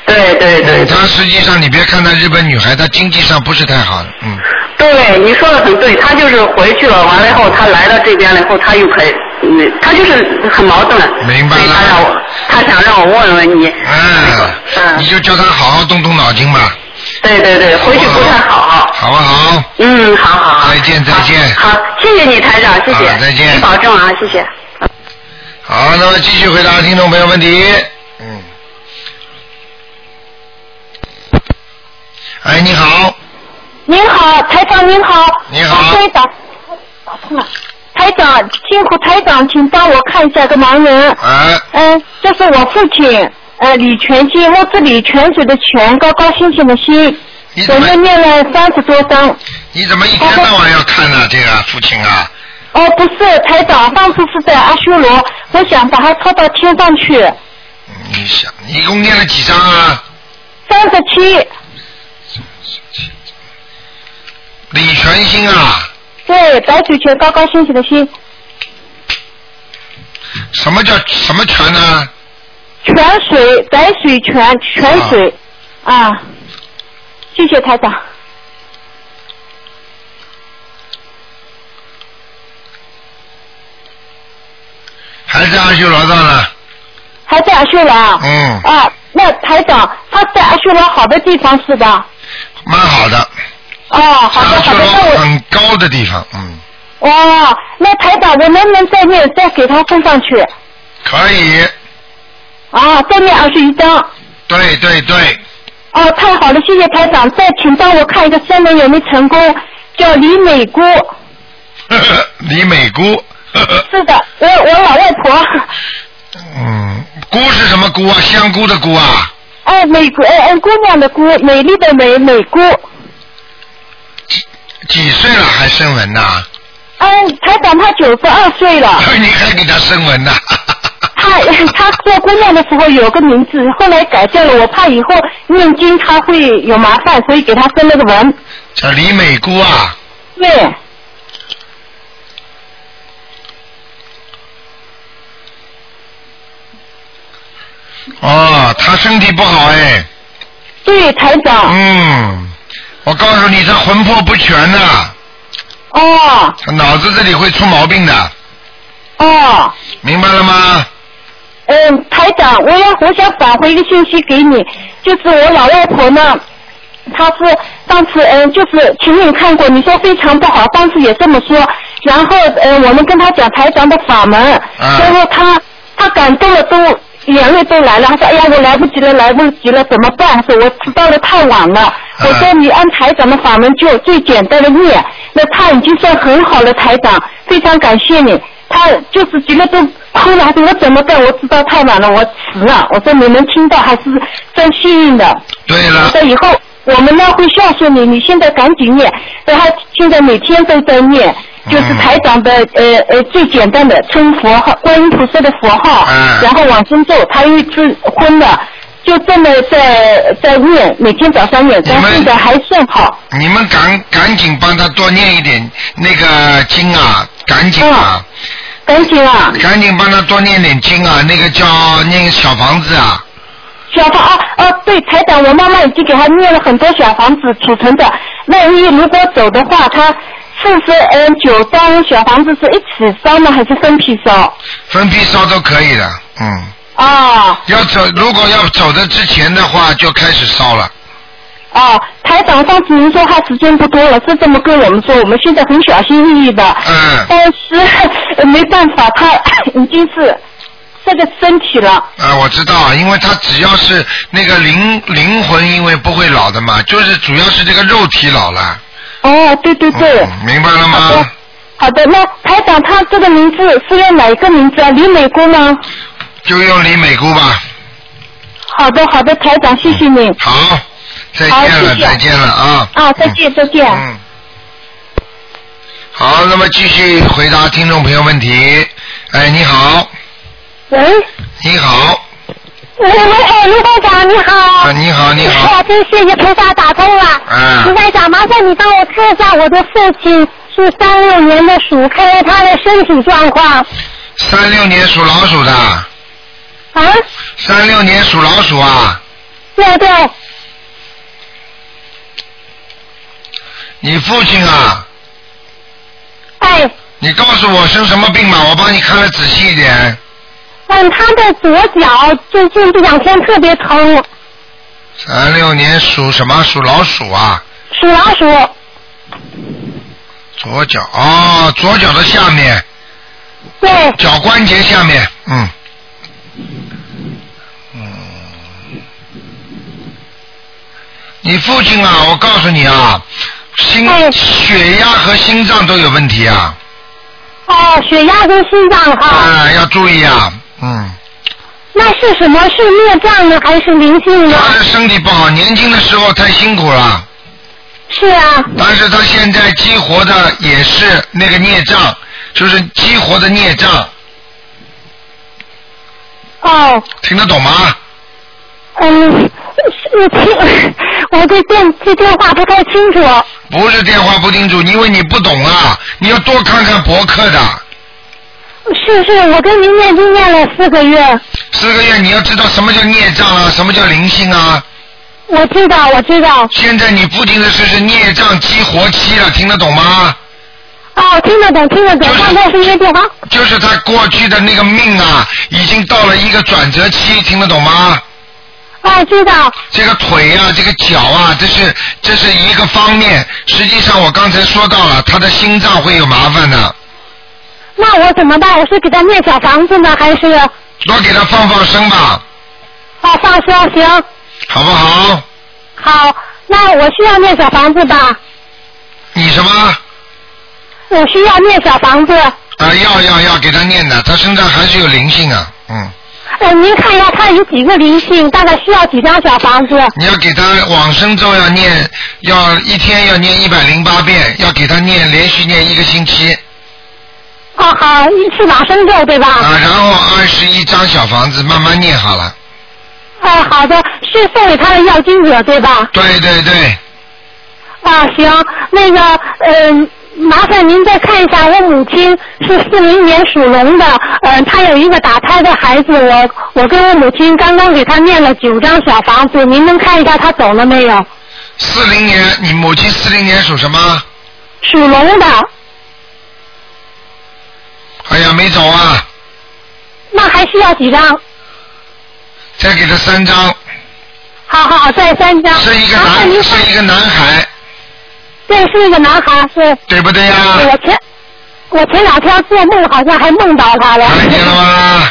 Speaker 2: 对对对
Speaker 1: 嗯，他实际上你别看他日本女孩，她经济上不是太好。嗯，
Speaker 2: 对，你说的很对，他就是回去了，完了以后他来到这边了以后，他又可以，嗯，他就是很矛盾。
Speaker 1: 明白了
Speaker 2: 所以他让我，他想让我问问你。
Speaker 1: 嗯，你
Speaker 2: 嗯，
Speaker 1: 就叫他好好动动脑筋吧，
Speaker 2: 对对对，回去不太好。啊
Speaker 1: 好不好？
Speaker 2: 嗯，好好好。
Speaker 1: 再见再见
Speaker 2: 好，好谢谢你台长，谢谢
Speaker 1: 好。再见
Speaker 2: 你保重啊，谢谢。
Speaker 1: 好，那么继续回答听众朋友问题。嗯。哎，你好，
Speaker 6: 您好，台长您好。
Speaker 1: 你好
Speaker 6: 台长，打通了。台长，辛苦台长，请帮我看一下个盲人。
Speaker 1: 哎，
Speaker 6: 嗯，这是我父亲，呃，李全金，木子李泉水的泉，高高兴兴的兴。
Speaker 1: 你
Speaker 6: 我
Speaker 1: 怎
Speaker 6: 们
Speaker 1: 么
Speaker 6: 念了三十多张。
Speaker 1: 你怎么一天到晚要看呢、这个父亲啊，
Speaker 6: 哦，不是，台长，上次是在阿修罗，我想把他抄到天上去。
Speaker 1: 嗯你想，你一共念了几张啊？
Speaker 6: 三十七，
Speaker 1: 李全兴啊，
Speaker 6: 对，白水泉，高高兴兴的兴，
Speaker 1: 什么叫什么全啊呢、
Speaker 6: 泉水，白水泉，泉水。啊，谢谢台长。
Speaker 1: 还在阿修罗道呢。
Speaker 6: 还在阿修罗啊？
Speaker 1: 嗯，
Speaker 6: 啊，那台长，他在阿修罗好的地方是吧？
Speaker 1: 蛮好的，
Speaker 6: 哦，好的
Speaker 1: 阿修
Speaker 6: 好的，
Speaker 1: 罗
Speaker 6: 那我
Speaker 1: 很高的地方，嗯，
Speaker 6: 哦，那台长，我能不能再念，再给他送上去？
Speaker 1: 可以，
Speaker 6: 啊，再念二十一章。
Speaker 1: 对对对，
Speaker 6: 哦，太好了，谢谢台长。再请帮我看一个三人有没有成功，叫李美姑。
Speaker 1: 呵呵 <laughs> 李美
Speaker 6: <laughs>
Speaker 1: 姑，呵呵
Speaker 6: 是的，我我老外婆。
Speaker 1: 嗯，菇是什么菇啊？香菇的菇啊？
Speaker 6: 哎，美姑，哎哎，姑娘的姑，美丽的美，美姑。
Speaker 1: 几岁了还生纹呐、 <laughs>
Speaker 6: 哎，台长她九十二岁了，
Speaker 1: 你还给他生纹呐、 <laughs>
Speaker 6: 她 <laughs> 她做姑娘的时候有个名字，后来改掉了，我怕以后念经她会有麻烦，所以给她生了个文。
Speaker 1: 叫李美姑啊，
Speaker 6: 对，
Speaker 1: 哦，她身体不好哎，
Speaker 6: 对，台长。
Speaker 1: 嗯，我告诉你，她魂魄不全呐、
Speaker 6: 哦
Speaker 1: 她脑子这里会出毛病的，
Speaker 6: 哦，
Speaker 1: 明白了吗？
Speaker 6: 嗯，台长，我要我想返回一个信息给你，就是我老外婆呢，她是上次嗯，就是请你看过，你说非常不好，当时也这么说，然后嗯，我们跟她讲台长的法门，
Speaker 1: 嗯
Speaker 6: 然后她她感动了都。眼泪都来了，她说：“哎呀，我来不及了，来不及了，怎么办？”她说：“我知道的太晚了。
Speaker 1: 嗯
Speaker 6: 我说：“你按台长的法门就最简单的念，那她已经算很好了，台长，非常感谢你。”他就是觉得都哭了，还说我怎么办？我知道太晚了，我迟了。我说你能听到还是真幸运的。
Speaker 1: 对
Speaker 6: 我
Speaker 1: 了
Speaker 6: 说，以后我们呢会孝顺你，你现在赶紧念。然后现在每天都在念，就是
Speaker 1: 嗯
Speaker 6: 台长的、呃呃最简单的称佛号，观音菩萨的佛号，
Speaker 1: 嗯
Speaker 6: 然后往生咒，他因为是昏了。就这么在在念，每天早上念，
Speaker 1: 你们
Speaker 6: 但现在还算好。
Speaker 1: 你们赶赶紧帮她多念一点那个经啊，赶紧
Speaker 6: 嗯
Speaker 1: 啊，
Speaker 6: 赶紧啊，
Speaker 1: 赶紧帮她多念点经啊，那个叫念小房子啊，
Speaker 6: 小房啊啊，对，台长，我妈妈已经给他念了很多小房子储存着，万一如果走的话，他四十嗯九张小房子是一起烧呢，还是分批烧？
Speaker 1: 分批烧都可以的，嗯。
Speaker 6: 啊
Speaker 1: 要走，如果要走的之前的话，就开始烧了。
Speaker 6: 啊，台长，上次您说他时间不多了，是这么跟我们说，我们现在很小心翼翼的，
Speaker 1: 嗯
Speaker 6: 但是、呃没办法，他已经是这个身体了。
Speaker 1: 啊，我知道，因为他只要是那个灵灵魂，因为不会老的嘛，就是主要是这个肉体老了。
Speaker 6: 哦，对对对。
Speaker 1: 嗯明白了
Speaker 6: 好的
Speaker 1: 吗？，
Speaker 6: 好的，那台长他这个名字是用哪一个名字啊？李美姑吗？
Speaker 1: 就用李美姑吧。
Speaker 6: 好的，好的，台长，谢谢你。
Speaker 1: 好，再
Speaker 6: 好
Speaker 1: 见了，
Speaker 6: 谢谢
Speaker 1: 再见了啊。
Speaker 6: 啊，再见，再见。
Speaker 1: 嗯。好，那么继续回答听众朋友问题。哎，你好，
Speaker 6: 喂，
Speaker 1: 你好，
Speaker 6: 喂，哎，卢台长你好。
Speaker 1: 啊，你好，你
Speaker 6: 哎
Speaker 1: 好
Speaker 6: 呀，，真谢谢菩萨打通了。
Speaker 1: 嗯
Speaker 6: 卢台长，麻烦你帮我看一下我的父亲是三六年的鼠，看看他的身体状况。
Speaker 1: 三六年属老鼠的，
Speaker 6: 啊，
Speaker 1: 三六年属老鼠啊。
Speaker 6: 对对，
Speaker 1: 你父亲啊，
Speaker 6: 哎，
Speaker 1: 你告诉我生什么病嘛？我帮你看的仔细一点。
Speaker 6: 嗯，他的左脚最近这两天特别疼，
Speaker 1: 三六年属什么？属老鼠啊，
Speaker 6: 属老鼠。
Speaker 1: 左脚哦，左脚的下面，
Speaker 6: 对，
Speaker 1: 脚关节下面，嗯，嗯，你父亲啊，我告诉你啊，心
Speaker 6: 哎
Speaker 1: 血压和心脏都有问题啊，
Speaker 6: 哦，血压跟心脏哈，
Speaker 1: 啊，要注意啊，嗯，
Speaker 6: 那是什么？是孽障呢，还是灵性呢？
Speaker 1: 他的身体不好，年轻的时候太辛苦了。
Speaker 6: 是啊，
Speaker 1: 但是他现在激活的也是那个孽障，就是激活的孽障，
Speaker 6: 哦，
Speaker 1: 听得懂吗？
Speaker 6: 嗯，是听我这电这电话不太清楚。
Speaker 1: 不是电话不清楚，因为你不懂啊，你要多看看博客的。
Speaker 6: 是是，我跟您念经念了四个月，
Speaker 1: 四个月你要知道什么叫孽障啊，什么叫灵性啊。
Speaker 6: 我知道我知道。
Speaker 1: 现在你父亲的事是孽障激活期了，听得懂吗？
Speaker 6: 哦，听得懂听得懂
Speaker 1: 就，是
Speaker 6: 刚才是因为电话。
Speaker 1: 就是他过去的那个命啊，已经到了一个转折期，听得懂吗？
Speaker 6: 哦，知道。
Speaker 1: 这个腿啊，这个脚啊，这是这是一个方面。实际上我刚才说到了，他的心脏会有麻烦的，
Speaker 6: 那我怎么办？我是给他念小房子呢，还是哦
Speaker 1: 多给他放放生吧。
Speaker 6: 啊，上香行，
Speaker 1: 好不好？
Speaker 6: 好，那我需要念小房子吧？
Speaker 1: 你什么？
Speaker 6: 我需要念小房子。
Speaker 1: 啊，要要要给他念的，他身上还是有灵性啊，嗯，
Speaker 6: 呃，您看一下他有几个灵性，大概需要几张小房子？
Speaker 1: 你要给他往生咒要念，要一天要念一百零八遍，要给他念连续念一个星期
Speaker 6: 啊，好，是往生咒对吧？
Speaker 1: 啊，然后二十一张小房子慢慢念好了。
Speaker 6: 啊，好的，是送给他的要经者对吧？
Speaker 1: 对对对，
Speaker 6: 啊，行，那个，嗯、麻烦您再看一下，我母亲是四零年属龙的，嗯、她有一个打胎的孩子，我我跟我母亲刚刚给她念了九张小房子，您能看一下她走了没有？
Speaker 1: 四零年，你母亲四零年属什么？
Speaker 6: 属龙的，
Speaker 1: 哎呀，没走啊，
Speaker 6: 那还需要几张？
Speaker 1: 再给他三张，
Speaker 6: 好好好，再三张。
Speaker 1: 是一个
Speaker 6: 麻烦您
Speaker 1: 男，
Speaker 6: 看
Speaker 1: 是一个男孩，
Speaker 6: 对，是一个男孩，是。
Speaker 1: 对不对呀、
Speaker 6: 我前我前两天做梦，好像还梦到他了。
Speaker 1: 看见了吗？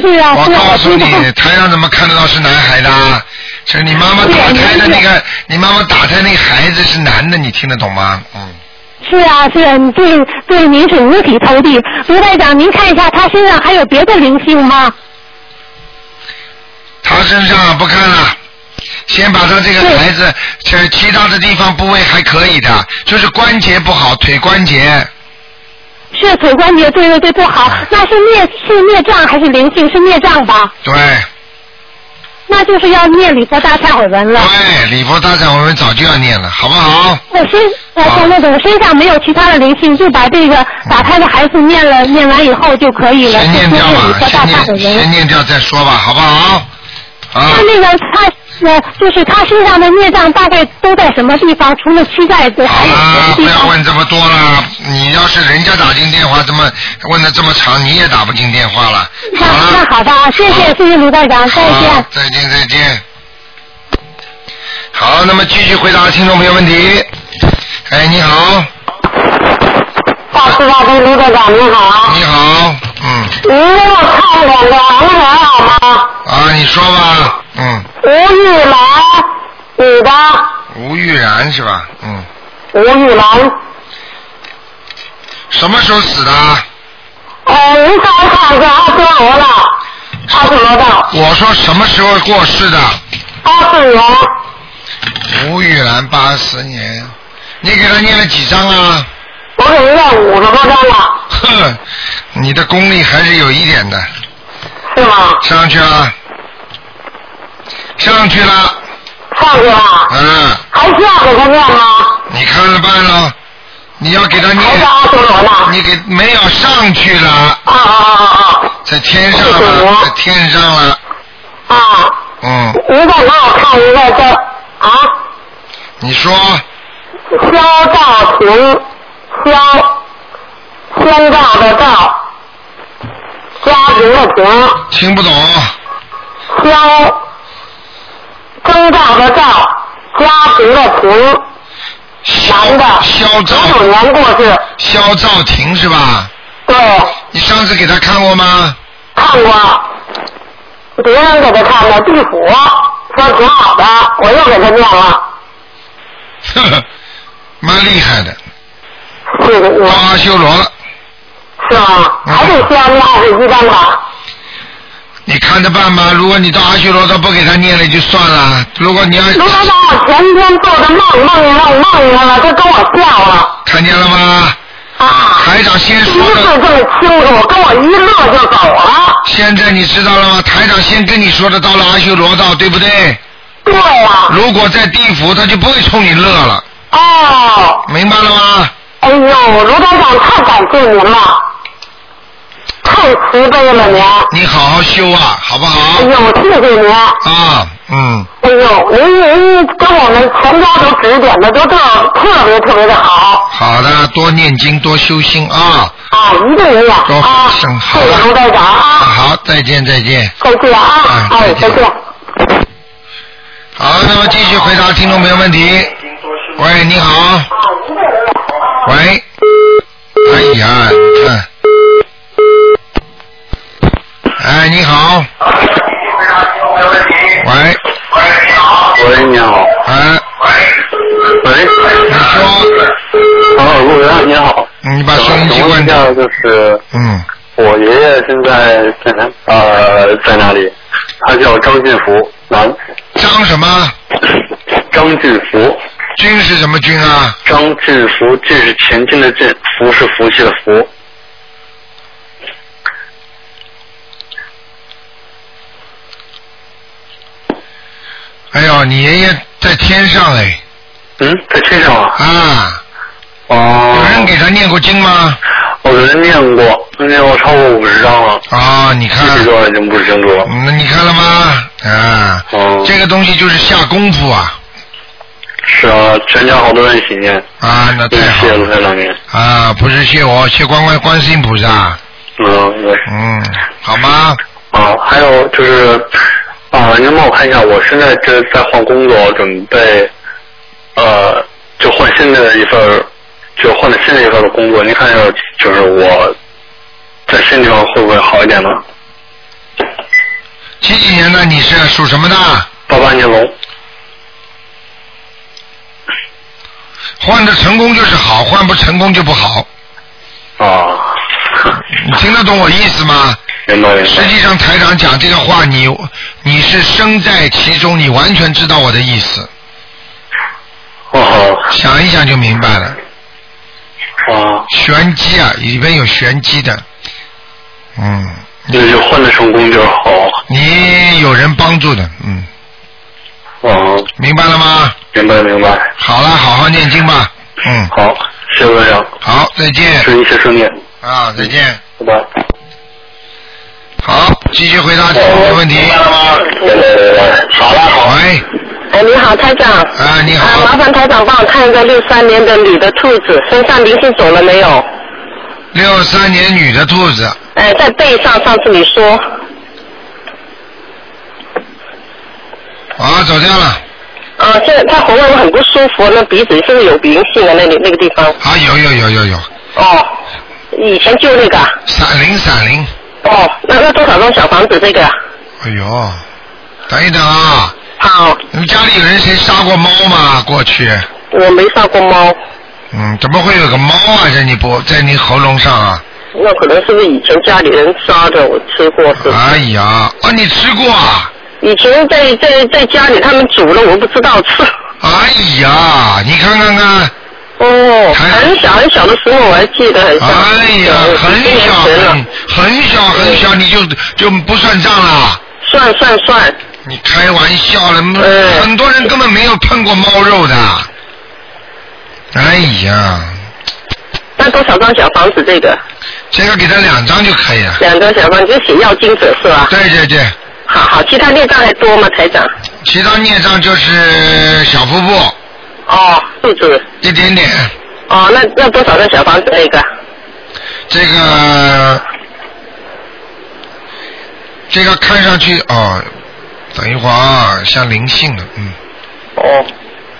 Speaker 6: 是啊，
Speaker 1: 我
Speaker 6: 是啊，
Speaker 1: 告
Speaker 6: 我
Speaker 1: 诉
Speaker 6: 知道。
Speaker 1: 你，台上怎么看得到是男孩的啊？是你妈妈打胎的那个，你妈妈打胎那个孩子是男的，你听得懂吗？嗯，
Speaker 6: 是啊，是啊，你对对，您是五体投地。卢台长，您看一下他身上还有别的灵性吗？
Speaker 1: 他身上不看了，先把他这个孩子，其其他的地方部位还可以的，就是关节不好，腿关节，
Speaker 6: 是腿关节，对对对，不
Speaker 1: <laughs>
Speaker 6: 好。那是孽是孽障还是灵性？是孽障吧？
Speaker 1: 对
Speaker 6: 那就是要念礼佛大忏悔文了。
Speaker 1: 对，礼佛大忏我们早就要念了，好不好？
Speaker 6: 我身呃，
Speaker 1: 好
Speaker 6: 像那种身上没有其他的灵性，就把这个打胎的孩子念了，念完以后就可以了，
Speaker 1: 先
Speaker 6: 就
Speaker 1: 念
Speaker 6: 是
Speaker 1: 掉
Speaker 6: 礼
Speaker 1: 吧，
Speaker 6: 佛大
Speaker 1: 先
Speaker 6: 忏悔
Speaker 1: 念
Speaker 6: 文。
Speaker 1: 先念掉再说吧，好不好？啊
Speaker 6: 他，那个他呃，就是他身上的孽障大概都在什么地方？除了膝盖，对，
Speaker 1: 好
Speaker 6: 还有什
Speaker 1: 了不
Speaker 6: 么，地
Speaker 1: 要
Speaker 6: 方？
Speaker 1: 啊问这么多了。你要是人家打进电话，怎么问的这么长，你也打不进电话了。
Speaker 6: 那
Speaker 1: 好了
Speaker 6: 那，好吧，谢谢谢谢卢队长，啊再见
Speaker 1: 啊好。再见，再见。好，那么继续回答听众朋友问题。哎，你好，
Speaker 2: 大师大悲卢队长您好，
Speaker 1: 你好，嗯，
Speaker 2: 您给我看两个盲人好吗？
Speaker 1: 啊，你说吧，嗯，
Speaker 2: 吴玉兰，女的，
Speaker 1: 吴玉然是吧？嗯，
Speaker 2: 吴玉兰，
Speaker 1: 什么时候死的？
Speaker 2: 呃，您帮我看一下阿修罗的，阿修罗的，
Speaker 1: 我说什么时候过世的？
Speaker 2: 八四年，
Speaker 1: 吴玉兰八十年，你给他念了几张啊？ <laughs>
Speaker 2: 我给您念五十多张了，
Speaker 1: 哼，你的功力还是有一点的，
Speaker 2: 是吗？
Speaker 1: 上去了，上去了，
Speaker 2: 上去了，
Speaker 1: 嗯，
Speaker 2: 还需要给他念吗？
Speaker 1: 你看着办喽，你要给他
Speaker 2: 还是
Speaker 1: 念，
Speaker 2: 阿修罗呢？
Speaker 1: 你给没有上去了，
Speaker 2: 啊啊啊
Speaker 1: 在天上了，在天上了，
Speaker 2: 啊啊！啊，
Speaker 1: 嗯，
Speaker 2: 您再帮我看一个叫啊。
Speaker 1: 你说
Speaker 2: 肖兆平，肖，宣告的赵，家庭的平，
Speaker 1: 听不懂，
Speaker 2: 肖，征兆的兆，家庭的平，
Speaker 1: 肖
Speaker 2: 男的
Speaker 1: 肖
Speaker 2: 九九
Speaker 1: 兆
Speaker 2: 年过世，
Speaker 1: 肖兆廷是吧？
Speaker 2: 对，
Speaker 1: 你上次给他看过吗？ <laughs>
Speaker 2: 看过，别人给他看的地府，说挺好的，我又给他念了，
Speaker 1: 呵呵，蛮厉害的，
Speaker 2: 是
Speaker 1: 到
Speaker 2: 我
Speaker 1: 阿修罗了，
Speaker 2: 是吗？还得需要念二十一章吧？
Speaker 1: 你看着办吧。如果你到阿修罗道不给他念了，也就算了。如果你要
Speaker 2: 卢台长，我前一天做的梦，梦见梦梦见了，他跟我笑了。
Speaker 1: 看见了吗？
Speaker 2: 啊，
Speaker 1: 台长先
Speaker 2: 第一
Speaker 1: 说
Speaker 2: 次
Speaker 1: 的，
Speaker 2: 这么清楚，跟我一乐就走了。
Speaker 1: 现在你知道了吗？台长先跟你说的，到了阿修罗道，对不对？
Speaker 2: 对呀、
Speaker 1: 如果在地府，他就不会冲你乐了，
Speaker 2: 哦，
Speaker 1: 明白了吗？
Speaker 2: 哎呦，卢台长太感谢您了，太慈悲了您。
Speaker 1: 你好好修啊，好不
Speaker 2: 哎
Speaker 1: 好？
Speaker 2: 呦，谢谢您。
Speaker 1: 啊，嗯，
Speaker 2: 哎呦，您您给我们全家都指点的都特特别特别的好
Speaker 1: 好的，多念经，多修心啊。
Speaker 2: 啊，一定一定
Speaker 1: 多
Speaker 2: 啊，
Speaker 1: 放生好
Speaker 2: 谢
Speaker 1: 了
Speaker 2: 谢卢台长啊，
Speaker 1: 好，再见，再见。
Speaker 2: 再见啊
Speaker 1: 哎，
Speaker 2: 哎，
Speaker 1: 再
Speaker 2: 再
Speaker 1: 见
Speaker 2: 见。
Speaker 1: 好，那么继续回答听众朋友问题。喂，你好。喂。哎呀，嗯。哎，你好。哎
Speaker 4: 啊
Speaker 1: 你把收音机关掉。
Speaker 4: 就是
Speaker 1: 嗯，
Speaker 4: 我爷爷现在在哪？呃，在哪里？他叫张进福，男，
Speaker 1: 张什么？
Speaker 4: 张进福，
Speaker 1: 军是什么军啊？
Speaker 4: 张进福，这是前进的进，福是福气的福。
Speaker 1: 哎呦，你爷爷在天上嘞
Speaker 4: 嗯，在天上啊。
Speaker 1: 啊！
Speaker 4: 哦。
Speaker 1: 有人给他念过经吗？
Speaker 4: 我给他念过，念过超过五十张了，
Speaker 1: 啊，你看
Speaker 4: 具，体多少已经不清楚了。
Speaker 1: 嗯那你看了吗？啊，
Speaker 4: 哦，
Speaker 1: 这个东西就是下功夫啊
Speaker 4: 是啊，全家好多人一起念，
Speaker 1: 啊，那
Speaker 4: 谢
Speaker 1: 太好
Speaker 4: 谢卢
Speaker 1: 了
Speaker 4: 台长您。
Speaker 1: 啊，不是谢我，谢关关观世音菩萨，
Speaker 4: 嗯，对。
Speaker 1: 嗯，好吗？
Speaker 4: 啊，还有就是，啊，您帮我看一下，我现在这在换工作，准备，呃，就换新的一份儿，就换了新的一份儿工作。您看一下，就是我在新地方会不会好一点呢？
Speaker 1: 几几年的你是属什么的？
Speaker 4: 八八年龙，
Speaker 1: 换的成功就是好，换不成功就不好。
Speaker 4: 啊，
Speaker 1: 你听得懂我意思吗？
Speaker 4: 明白明
Speaker 1: 嗯实
Speaker 4: 白。
Speaker 1: 际上台长讲这个话，你你是身在其中，你完全知道我的意思，
Speaker 4: 哦
Speaker 1: 想一想就明白了。
Speaker 4: 好，啊，
Speaker 1: 玄机啊，里边有玄机的。嗯，
Speaker 4: 那就换的成功就是好。
Speaker 1: 你有人帮助的，嗯，
Speaker 4: 嗯，
Speaker 1: 明白了吗？
Speaker 4: 明白明白。
Speaker 1: 好了，好好念经吧。嗯，
Speaker 4: 好，谢谢卢台长，
Speaker 1: 好，再见
Speaker 4: 祝您一切顺利，
Speaker 1: 啊，再见。
Speaker 4: 拜拜。
Speaker 1: 好，继续回答听众的问题。
Speaker 4: 好了好了，
Speaker 1: 喂，
Speaker 2: 哎，你好，台长。
Speaker 1: 啊，你
Speaker 2: 啊，麻
Speaker 1: 好，
Speaker 2: 烦台长帮我看一个六三年的女的兔子，身上灵性走了没有？
Speaker 1: 六三年女的兔子，
Speaker 2: 哎，在背上，上次你说
Speaker 1: 啊，走掉了。
Speaker 2: 啊，现在她喉咙很不舒服，那鼻子是不是有灵性的那里那个地方？
Speaker 1: 啊，有有有有有，
Speaker 2: 哦，以前就那个啊。
Speaker 1: 闪灵闪灵，
Speaker 2: 哦，那那多少栋小房子这个啊？
Speaker 1: 哎呦，等一等啊，
Speaker 2: 好，
Speaker 1: 你们家里有人谁杀过猫吗？过去，
Speaker 2: 我没杀过猫，
Speaker 1: 嗯，怎么会有个猫啊？在你脖，在你喉咙上
Speaker 2: <laughs>
Speaker 1: 啊？
Speaker 2: 那可能是不是以前家里人杀的？我吃过是吧？
Speaker 1: 哎呀，啊，你吃过啊？
Speaker 2: 以前在在在家里他们煮了，我不知道吃。
Speaker 1: 哎呀，你看看看，
Speaker 2: 哦，
Speaker 1: 还
Speaker 2: <laughs> 很小很小的时候我还记得很像。
Speaker 1: 哎
Speaker 2: <laughs>
Speaker 1: 呀，很
Speaker 2: 几
Speaker 1: 小
Speaker 2: 年前了 <laughs>
Speaker 1: 很很小很小，你就就不算账了。
Speaker 2: 算算算，
Speaker 1: 你开玩笑了，
Speaker 2: 哎
Speaker 1: 很多人根本没有碰过猫肉的。哎呀，
Speaker 2: 那多少张小房子这个？
Speaker 1: 这个给他两张就可以了。
Speaker 2: 两张小房子写要经者是吧？
Speaker 1: 对对对，
Speaker 2: 好好，其他孽障还多吗，台长？
Speaker 1: 其他孽障就是小腹部
Speaker 2: 哦，肚子。
Speaker 1: 一点点，
Speaker 2: 哦，那那多少张小房子那个？
Speaker 1: 这个这个看上去哦，等一会儿啊，像灵性的，嗯，
Speaker 2: 哦，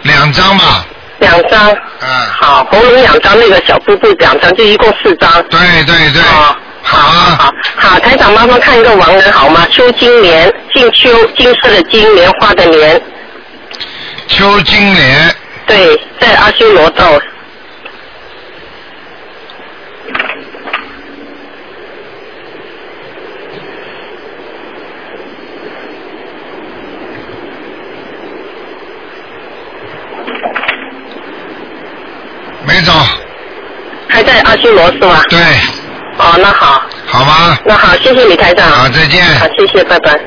Speaker 1: 两张吧，
Speaker 2: 两张。
Speaker 1: 啊，
Speaker 2: 好，喉咙两张，那个小腹部两张，就一共四张。
Speaker 1: 对对对，
Speaker 2: 哦
Speaker 1: 好啊，
Speaker 2: 好，好，台长妈妈看一个亡人好吗？邱金莲，姓邱，金色的金，莲花的莲，
Speaker 1: 邱金莲，
Speaker 2: 对，在阿修罗道。
Speaker 1: 没走，
Speaker 2: 还在阿修罗是吧？
Speaker 1: 对，
Speaker 2: 哦，那好，
Speaker 1: 好吗？
Speaker 2: 那好，谢谢你台长。
Speaker 1: 好，再见。
Speaker 2: 好，谢谢，拜拜。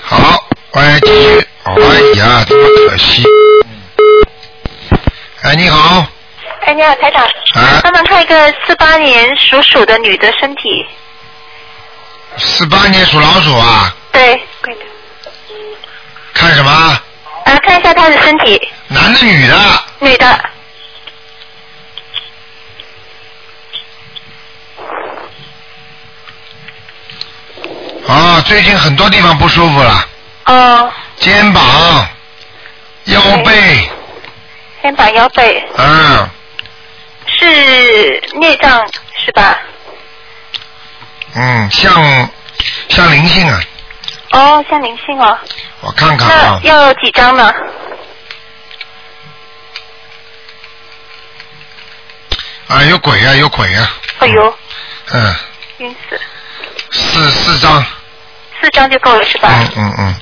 Speaker 1: 好，喂，继续。哎呀，这么可惜。哎，你好，
Speaker 7: 哎，你好，台长，
Speaker 1: 啊
Speaker 7: 帮忙看一个四八年属鼠的女的身体。
Speaker 1: 四八年属老鼠啊，
Speaker 7: 对，对的。
Speaker 1: 看什么？
Speaker 8: 啊
Speaker 7: 呃，看一下她的身体，
Speaker 1: 男的女的？
Speaker 7: 女的。
Speaker 1: 啊，最近很多地方不舒服了，
Speaker 7: 哦，
Speaker 1: 肩膀、腰背，
Speaker 7: 肩膀、腰背
Speaker 1: 嗯
Speaker 7: 是孽障是吧？
Speaker 1: 嗯，像像灵性啊，
Speaker 7: 哦，像灵性哦。
Speaker 1: 我看看嗯
Speaker 7: 那
Speaker 1: 啊，
Speaker 7: 要几张呢？
Speaker 1: 啊，有鬼啊，有鬼啊，
Speaker 8: 哎呦，
Speaker 1: 嗯，
Speaker 8: 晕死，
Speaker 1: 四四
Speaker 8: 啊
Speaker 1: 张，
Speaker 8: 四张就够了是吧？
Speaker 1: 嗯嗯嗯，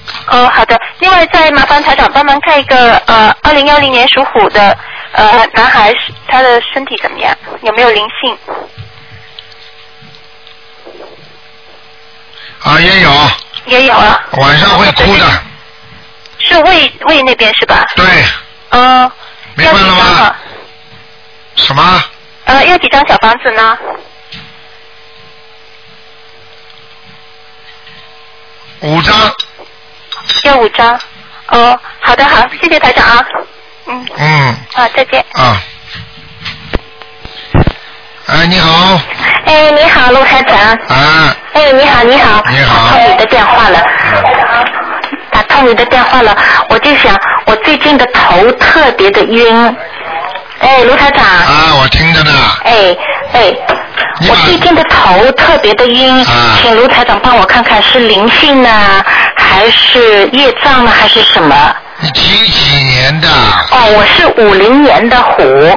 Speaker 8: 哦，好的。另外，再麻烦台长帮忙看一个呃，二零幺零年属虎的呃男孩，他的身体怎么样？有没有灵性？
Speaker 1: 啊也有，
Speaker 8: 也有啊，
Speaker 1: 晚上会哭的，
Speaker 8: 是胃胃那边是吧？
Speaker 1: 对，
Speaker 8: 嗯、呃，
Speaker 1: 明白了
Speaker 8: 啊
Speaker 7: 啊
Speaker 1: 吗？什么？
Speaker 8: 呃，要几张小房子呢？
Speaker 1: 五张，
Speaker 8: 要五张。哦，好的，好，谢谢台长啊。嗯，
Speaker 1: 嗯
Speaker 8: 好，再见。
Speaker 1: 啊。哎，你好，
Speaker 7: 哎，你好，陆台长。
Speaker 1: 啊。
Speaker 7: 哎，你好，你好。
Speaker 1: 你好。
Speaker 7: 打通你的电话了。打通你的电话了，我就想，我最近的头特别的晕。哎，卢台长。
Speaker 1: 啊，我听着呢。
Speaker 7: 哎哎，我最近的头特别的晕，请卢台长帮我看看是灵性呢，还是业障呢，还是什么？
Speaker 1: 你几几年的？
Speaker 7: 哦，我是五零年的虎。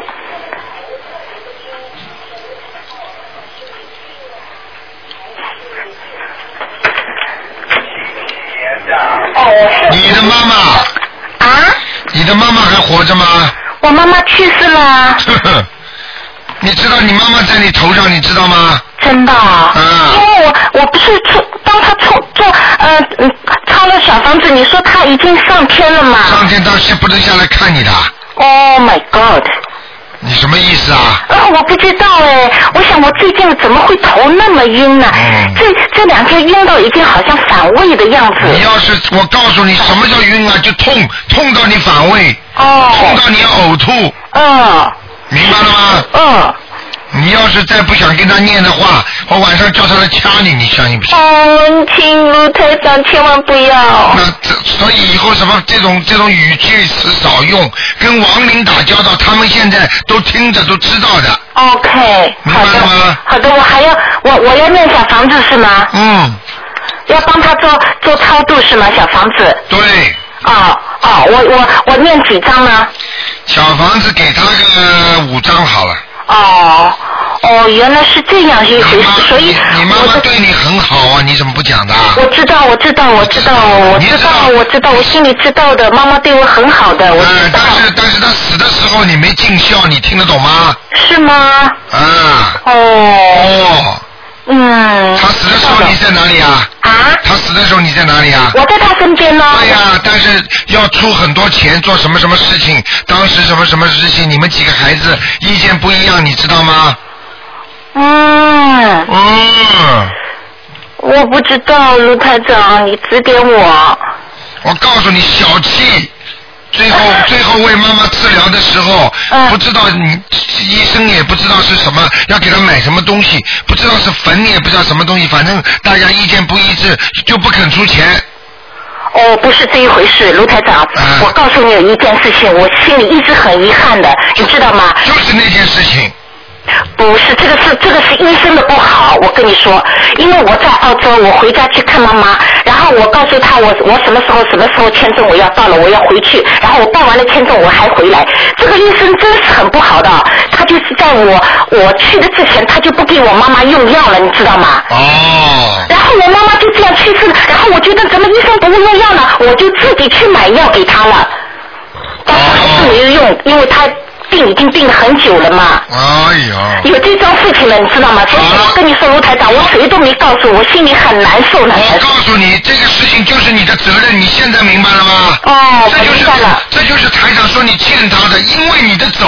Speaker 7: 哦
Speaker 1: 你的妈妈啊？你的妈妈还活着吗？ <laughs>
Speaker 7: 我妈妈去世了。
Speaker 1: 你知道你妈妈在你头上，你知道吗？
Speaker 7: 真的、啊，因为我我不是出帮他出做呃嗯抄了小房子，你说他已经上天了嘛？
Speaker 1: 上天到是不能下来看你的，
Speaker 7: Oh my god！
Speaker 1: 你什么意思啊？
Speaker 7: 啊、我不知道哎，我想我最近怎么会头那么晕呢、啊
Speaker 1: 嗯
Speaker 7: 这这两天晕到已经好像反胃的样子。
Speaker 1: 你要是我告诉你什么叫晕啊，就痛，痛到你反胃，痛到你呕吐。
Speaker 7: 哦嗯。
Speaker 1: 明白了吗？
Speaker 7: 嗯。
Speaker 1: 你要是再不想跟他念的话，我晚上叫他来掐你，你相信不信？
Speaker 7: 哦，请卢台长千万不要。
Speaker 1: 那这所以以后什么这种这种语句词少用，跟亡灵打交道，他们现在都听着都知道的。
Speaker 7: OK，好的，好的，我还要我我要念小房子是吗？
Speaker 1: 嗯。
Speaker 7: 要帮他做做超度是吗？小房子。
Speaker 1: 对。
Speaker 7: 哦哦，我我我念几张呢？
Speaker 1: 小房子给他个五张好了。
Speaker 7: 哦哦，原来是这样一回事，所以
Speaker 1: 你妈妈对你很好啊，你怎么不讲的啊？
Speaker 7: 我知道，我知道，我知道，我知道，我知道，我心里知道的。妈妈对我很好的，我
Speaker 1: 嗯
Speaker 7: 知道。
Speaker 1: 哎但是他死的时候你没尽孝，你听得懂吗？
Speaker 7: 是吗？
Speaker 1: 啊。
Speaker 7: 哦。
Speaker 1: 哦。
Speaker 7: 嗯。
Speaker 1: 他死的时候你在哪里啊？
Speaker 7: 啊。
Speaker 1: 他死的时候你在哪里啊？
Speaker 7: 我在他身边呢。
Speaker 1: 对呀、但是要出很多钱做什么什么事情，当时什么什么事情，你们几个孩子意见不一样，你知道吗？
Speaker 7: 嗯。
Speaker 1: 嗯。
Speaker 7: 我不知道，卢台长，你指点我。
Speaker 1: 我告诉你，小气。最后，最后为妈妈治疗的时候，不知道你医生也不知道是什么，要给她买什么东西，不知道是粉也不知道什么东西，反正大家意见不一致，就不肯出钱。
Speaker 7: 哦，不是这一回事，卢台
Speaker 1: 啊
Speaker 7: 长，我告诉你有一件事情，我心里一直很遗憾的，你知道吗？
Speaker 1: 就是那件事情。
Speaker 7: 不是，这个是这个是医生的不好，我跟你说，因为我在澳洲，我回家去看妈妈，然后我告诉她我我什么时候什么时候签证我要到了，我要回去，然后我办完了签证我还回来，这个医生真是很不好的，他就是在我我去的之前他就不给我妈妈用药了，你知道吗？
Speaker 1: 哦。
Speaker 7: 然后我妈妈就这样去世了，然后我觉得怎么医生不会用药了，我就自己去买药给她了，但是还是
Speaker 1: 哦
Speaker 7: 没有用，因为她病已经病了很久了嘛。
Speaker 1: 哎呀，
Speaker 7: 有这种事情了，你知道吗？所以我跟你说，卢台长，我谁都没告诉，我心里很难受呢。
Speaker 1: 我告诉你，这个事情就是你的责任，你现在明白了吗？
Speaker 7: 哦，
Speaker 1: 这就是这就是台长说你欠他的，因为你的走，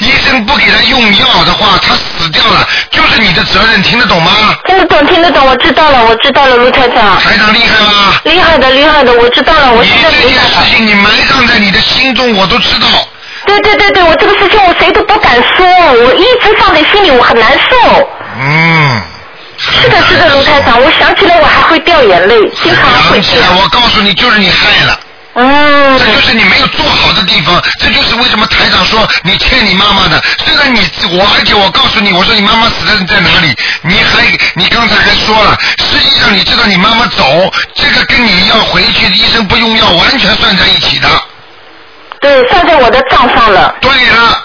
Speaker 1: 医生不给他用药的话，他死掉了，就是你的责任，听得懂吗？
Speaker 7: 听得懂，听得懂，我知道了，我知道了，卢台长。
Speaker 1: 台长厉害吗？
Speaker 7: 厉害的，厉害的，我知道了，我现在明白
Speaker 1: 了。你埋葬在你的心中，我都知道。
Speaker 7: 对对对对，我这个事情我谁都不敢说，我一直放在心里，我很难受。
Speaker 1: 嗯。
Speaker 7: 是的，是的，卢台长，我想起来我还会掉眼泪，经常会
Speaker 1: 想起来，我告诉你，就是你害了。
Speaker 7: 嗯。
Speaker 1: 这就是你没有做好的地方，这就是为什么台长说你欠你妈妈的。虽然你我，而且我告诉你，我说你妈妈死的人在哪里，你还你刚才还说了，实际上你知道你妈妈走，这个跟你要回去医生不用药完全算在一起的。
Speaker 7: 对，算在我的账上了。
Speaker 1: 对了。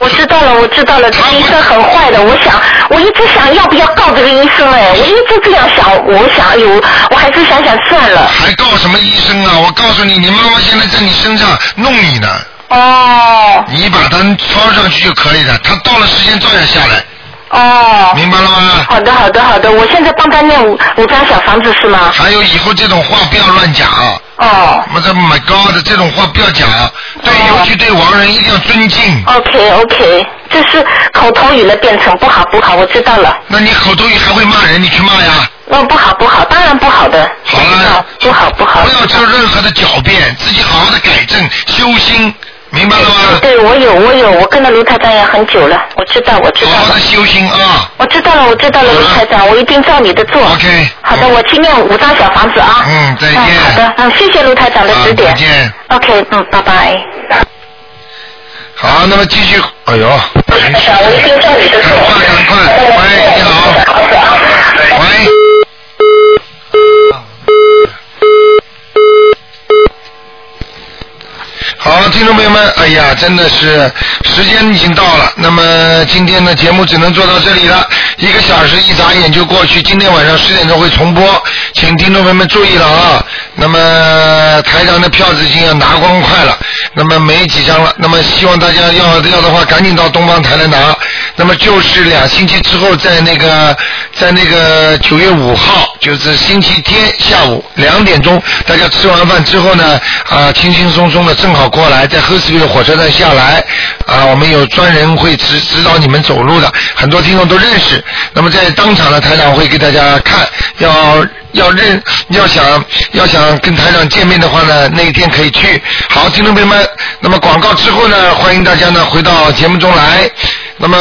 Speaker 7: 我知道了，我知道了，这医生很坏的。我想，我一直想要不要告这个医生哎，我一直这样想，我想，哎呦，我还是想想算了。
Speaker 1: 还告什么医生啊？我告诉你，你妈妈现在在你身上弄你呢。
Speaker 7: 哦。
Speaker 1: 你把她抄上去就可以了，她到了时间照样下来。
Speaker 7: 哦。
Speaker 1: 明白了吗？
Speaker 7: 好的，好的，好的，我现在帮他念五五张小房子是吗？
Speaker 1: 还有以后这种话不要乱讲。
Speaker 7: 哦。
Speaker 1: 我这 My God，这种话不要讲，对，尤其对亡人一定要尊敬。
Speaker 7: OK OK，这是口头语了，变成不好不好，我知道了。
Speaker 1: 那你口头语还会骂人，你去骂呀。
Speaker 7: 那不好不好，当然不好的。好了。不好不好。
Speaker 1: 不要做任何的狡辩，自己好好的改正修心，明白了吗？
Speaker 7: 对，我有我有，我跟了卢台长也很久了，我知道我知道了。好好
Speaker 1: 修心啊！
Speaker 7: 我知道了，我知道了，卢台长，我一定照你的做。
Speaker 1: OK。
Speaker 7: 好的，我去念五张小房子啊。
Speaker 1: 嗯，再见。啊
Speaker 7: 好的，嗯，谢谢卢台长的指点。
Speaker 1: 再见。
Speaker 7: OK，嗯，拜拜。
Speaker 1: 好，那么继续。哎呦，
Speaker 7: 我一定照你的做。
Speaker 1: 赶快，喂，你好。喂。好，听众朋友们，哎呀，真的是时间已经到了，那么今天的节目只能做到这里了，一个小时一眨眼就过去，今天晚上十点钟会重播，请听众朋友们注意了啊。那么台长的票子已经要拿光快了，那么没几张了，那么希望大家要要的话，赶紧到东方台来拿。那么就是两星期之后，在那个在那个九月五号，就是星期天下午两点钟，大家吃完饭之后呢，啊，轻轻松松的正好过来，在赫斯比的火车站下来，啊，我们有专人会指指导你们走路的，很多听众都认识。那么在当场呢，台长会给大家看，要要认要想要想跟台长见面的话呢，那一天可以去。好，听众朋友们，那么广告之后呢，欢迎大家呢回到节目中来。那么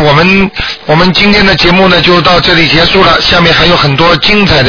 Speaker 1: 我们我们今天的节目呢就到这里结束了，下面还有很多精彩的。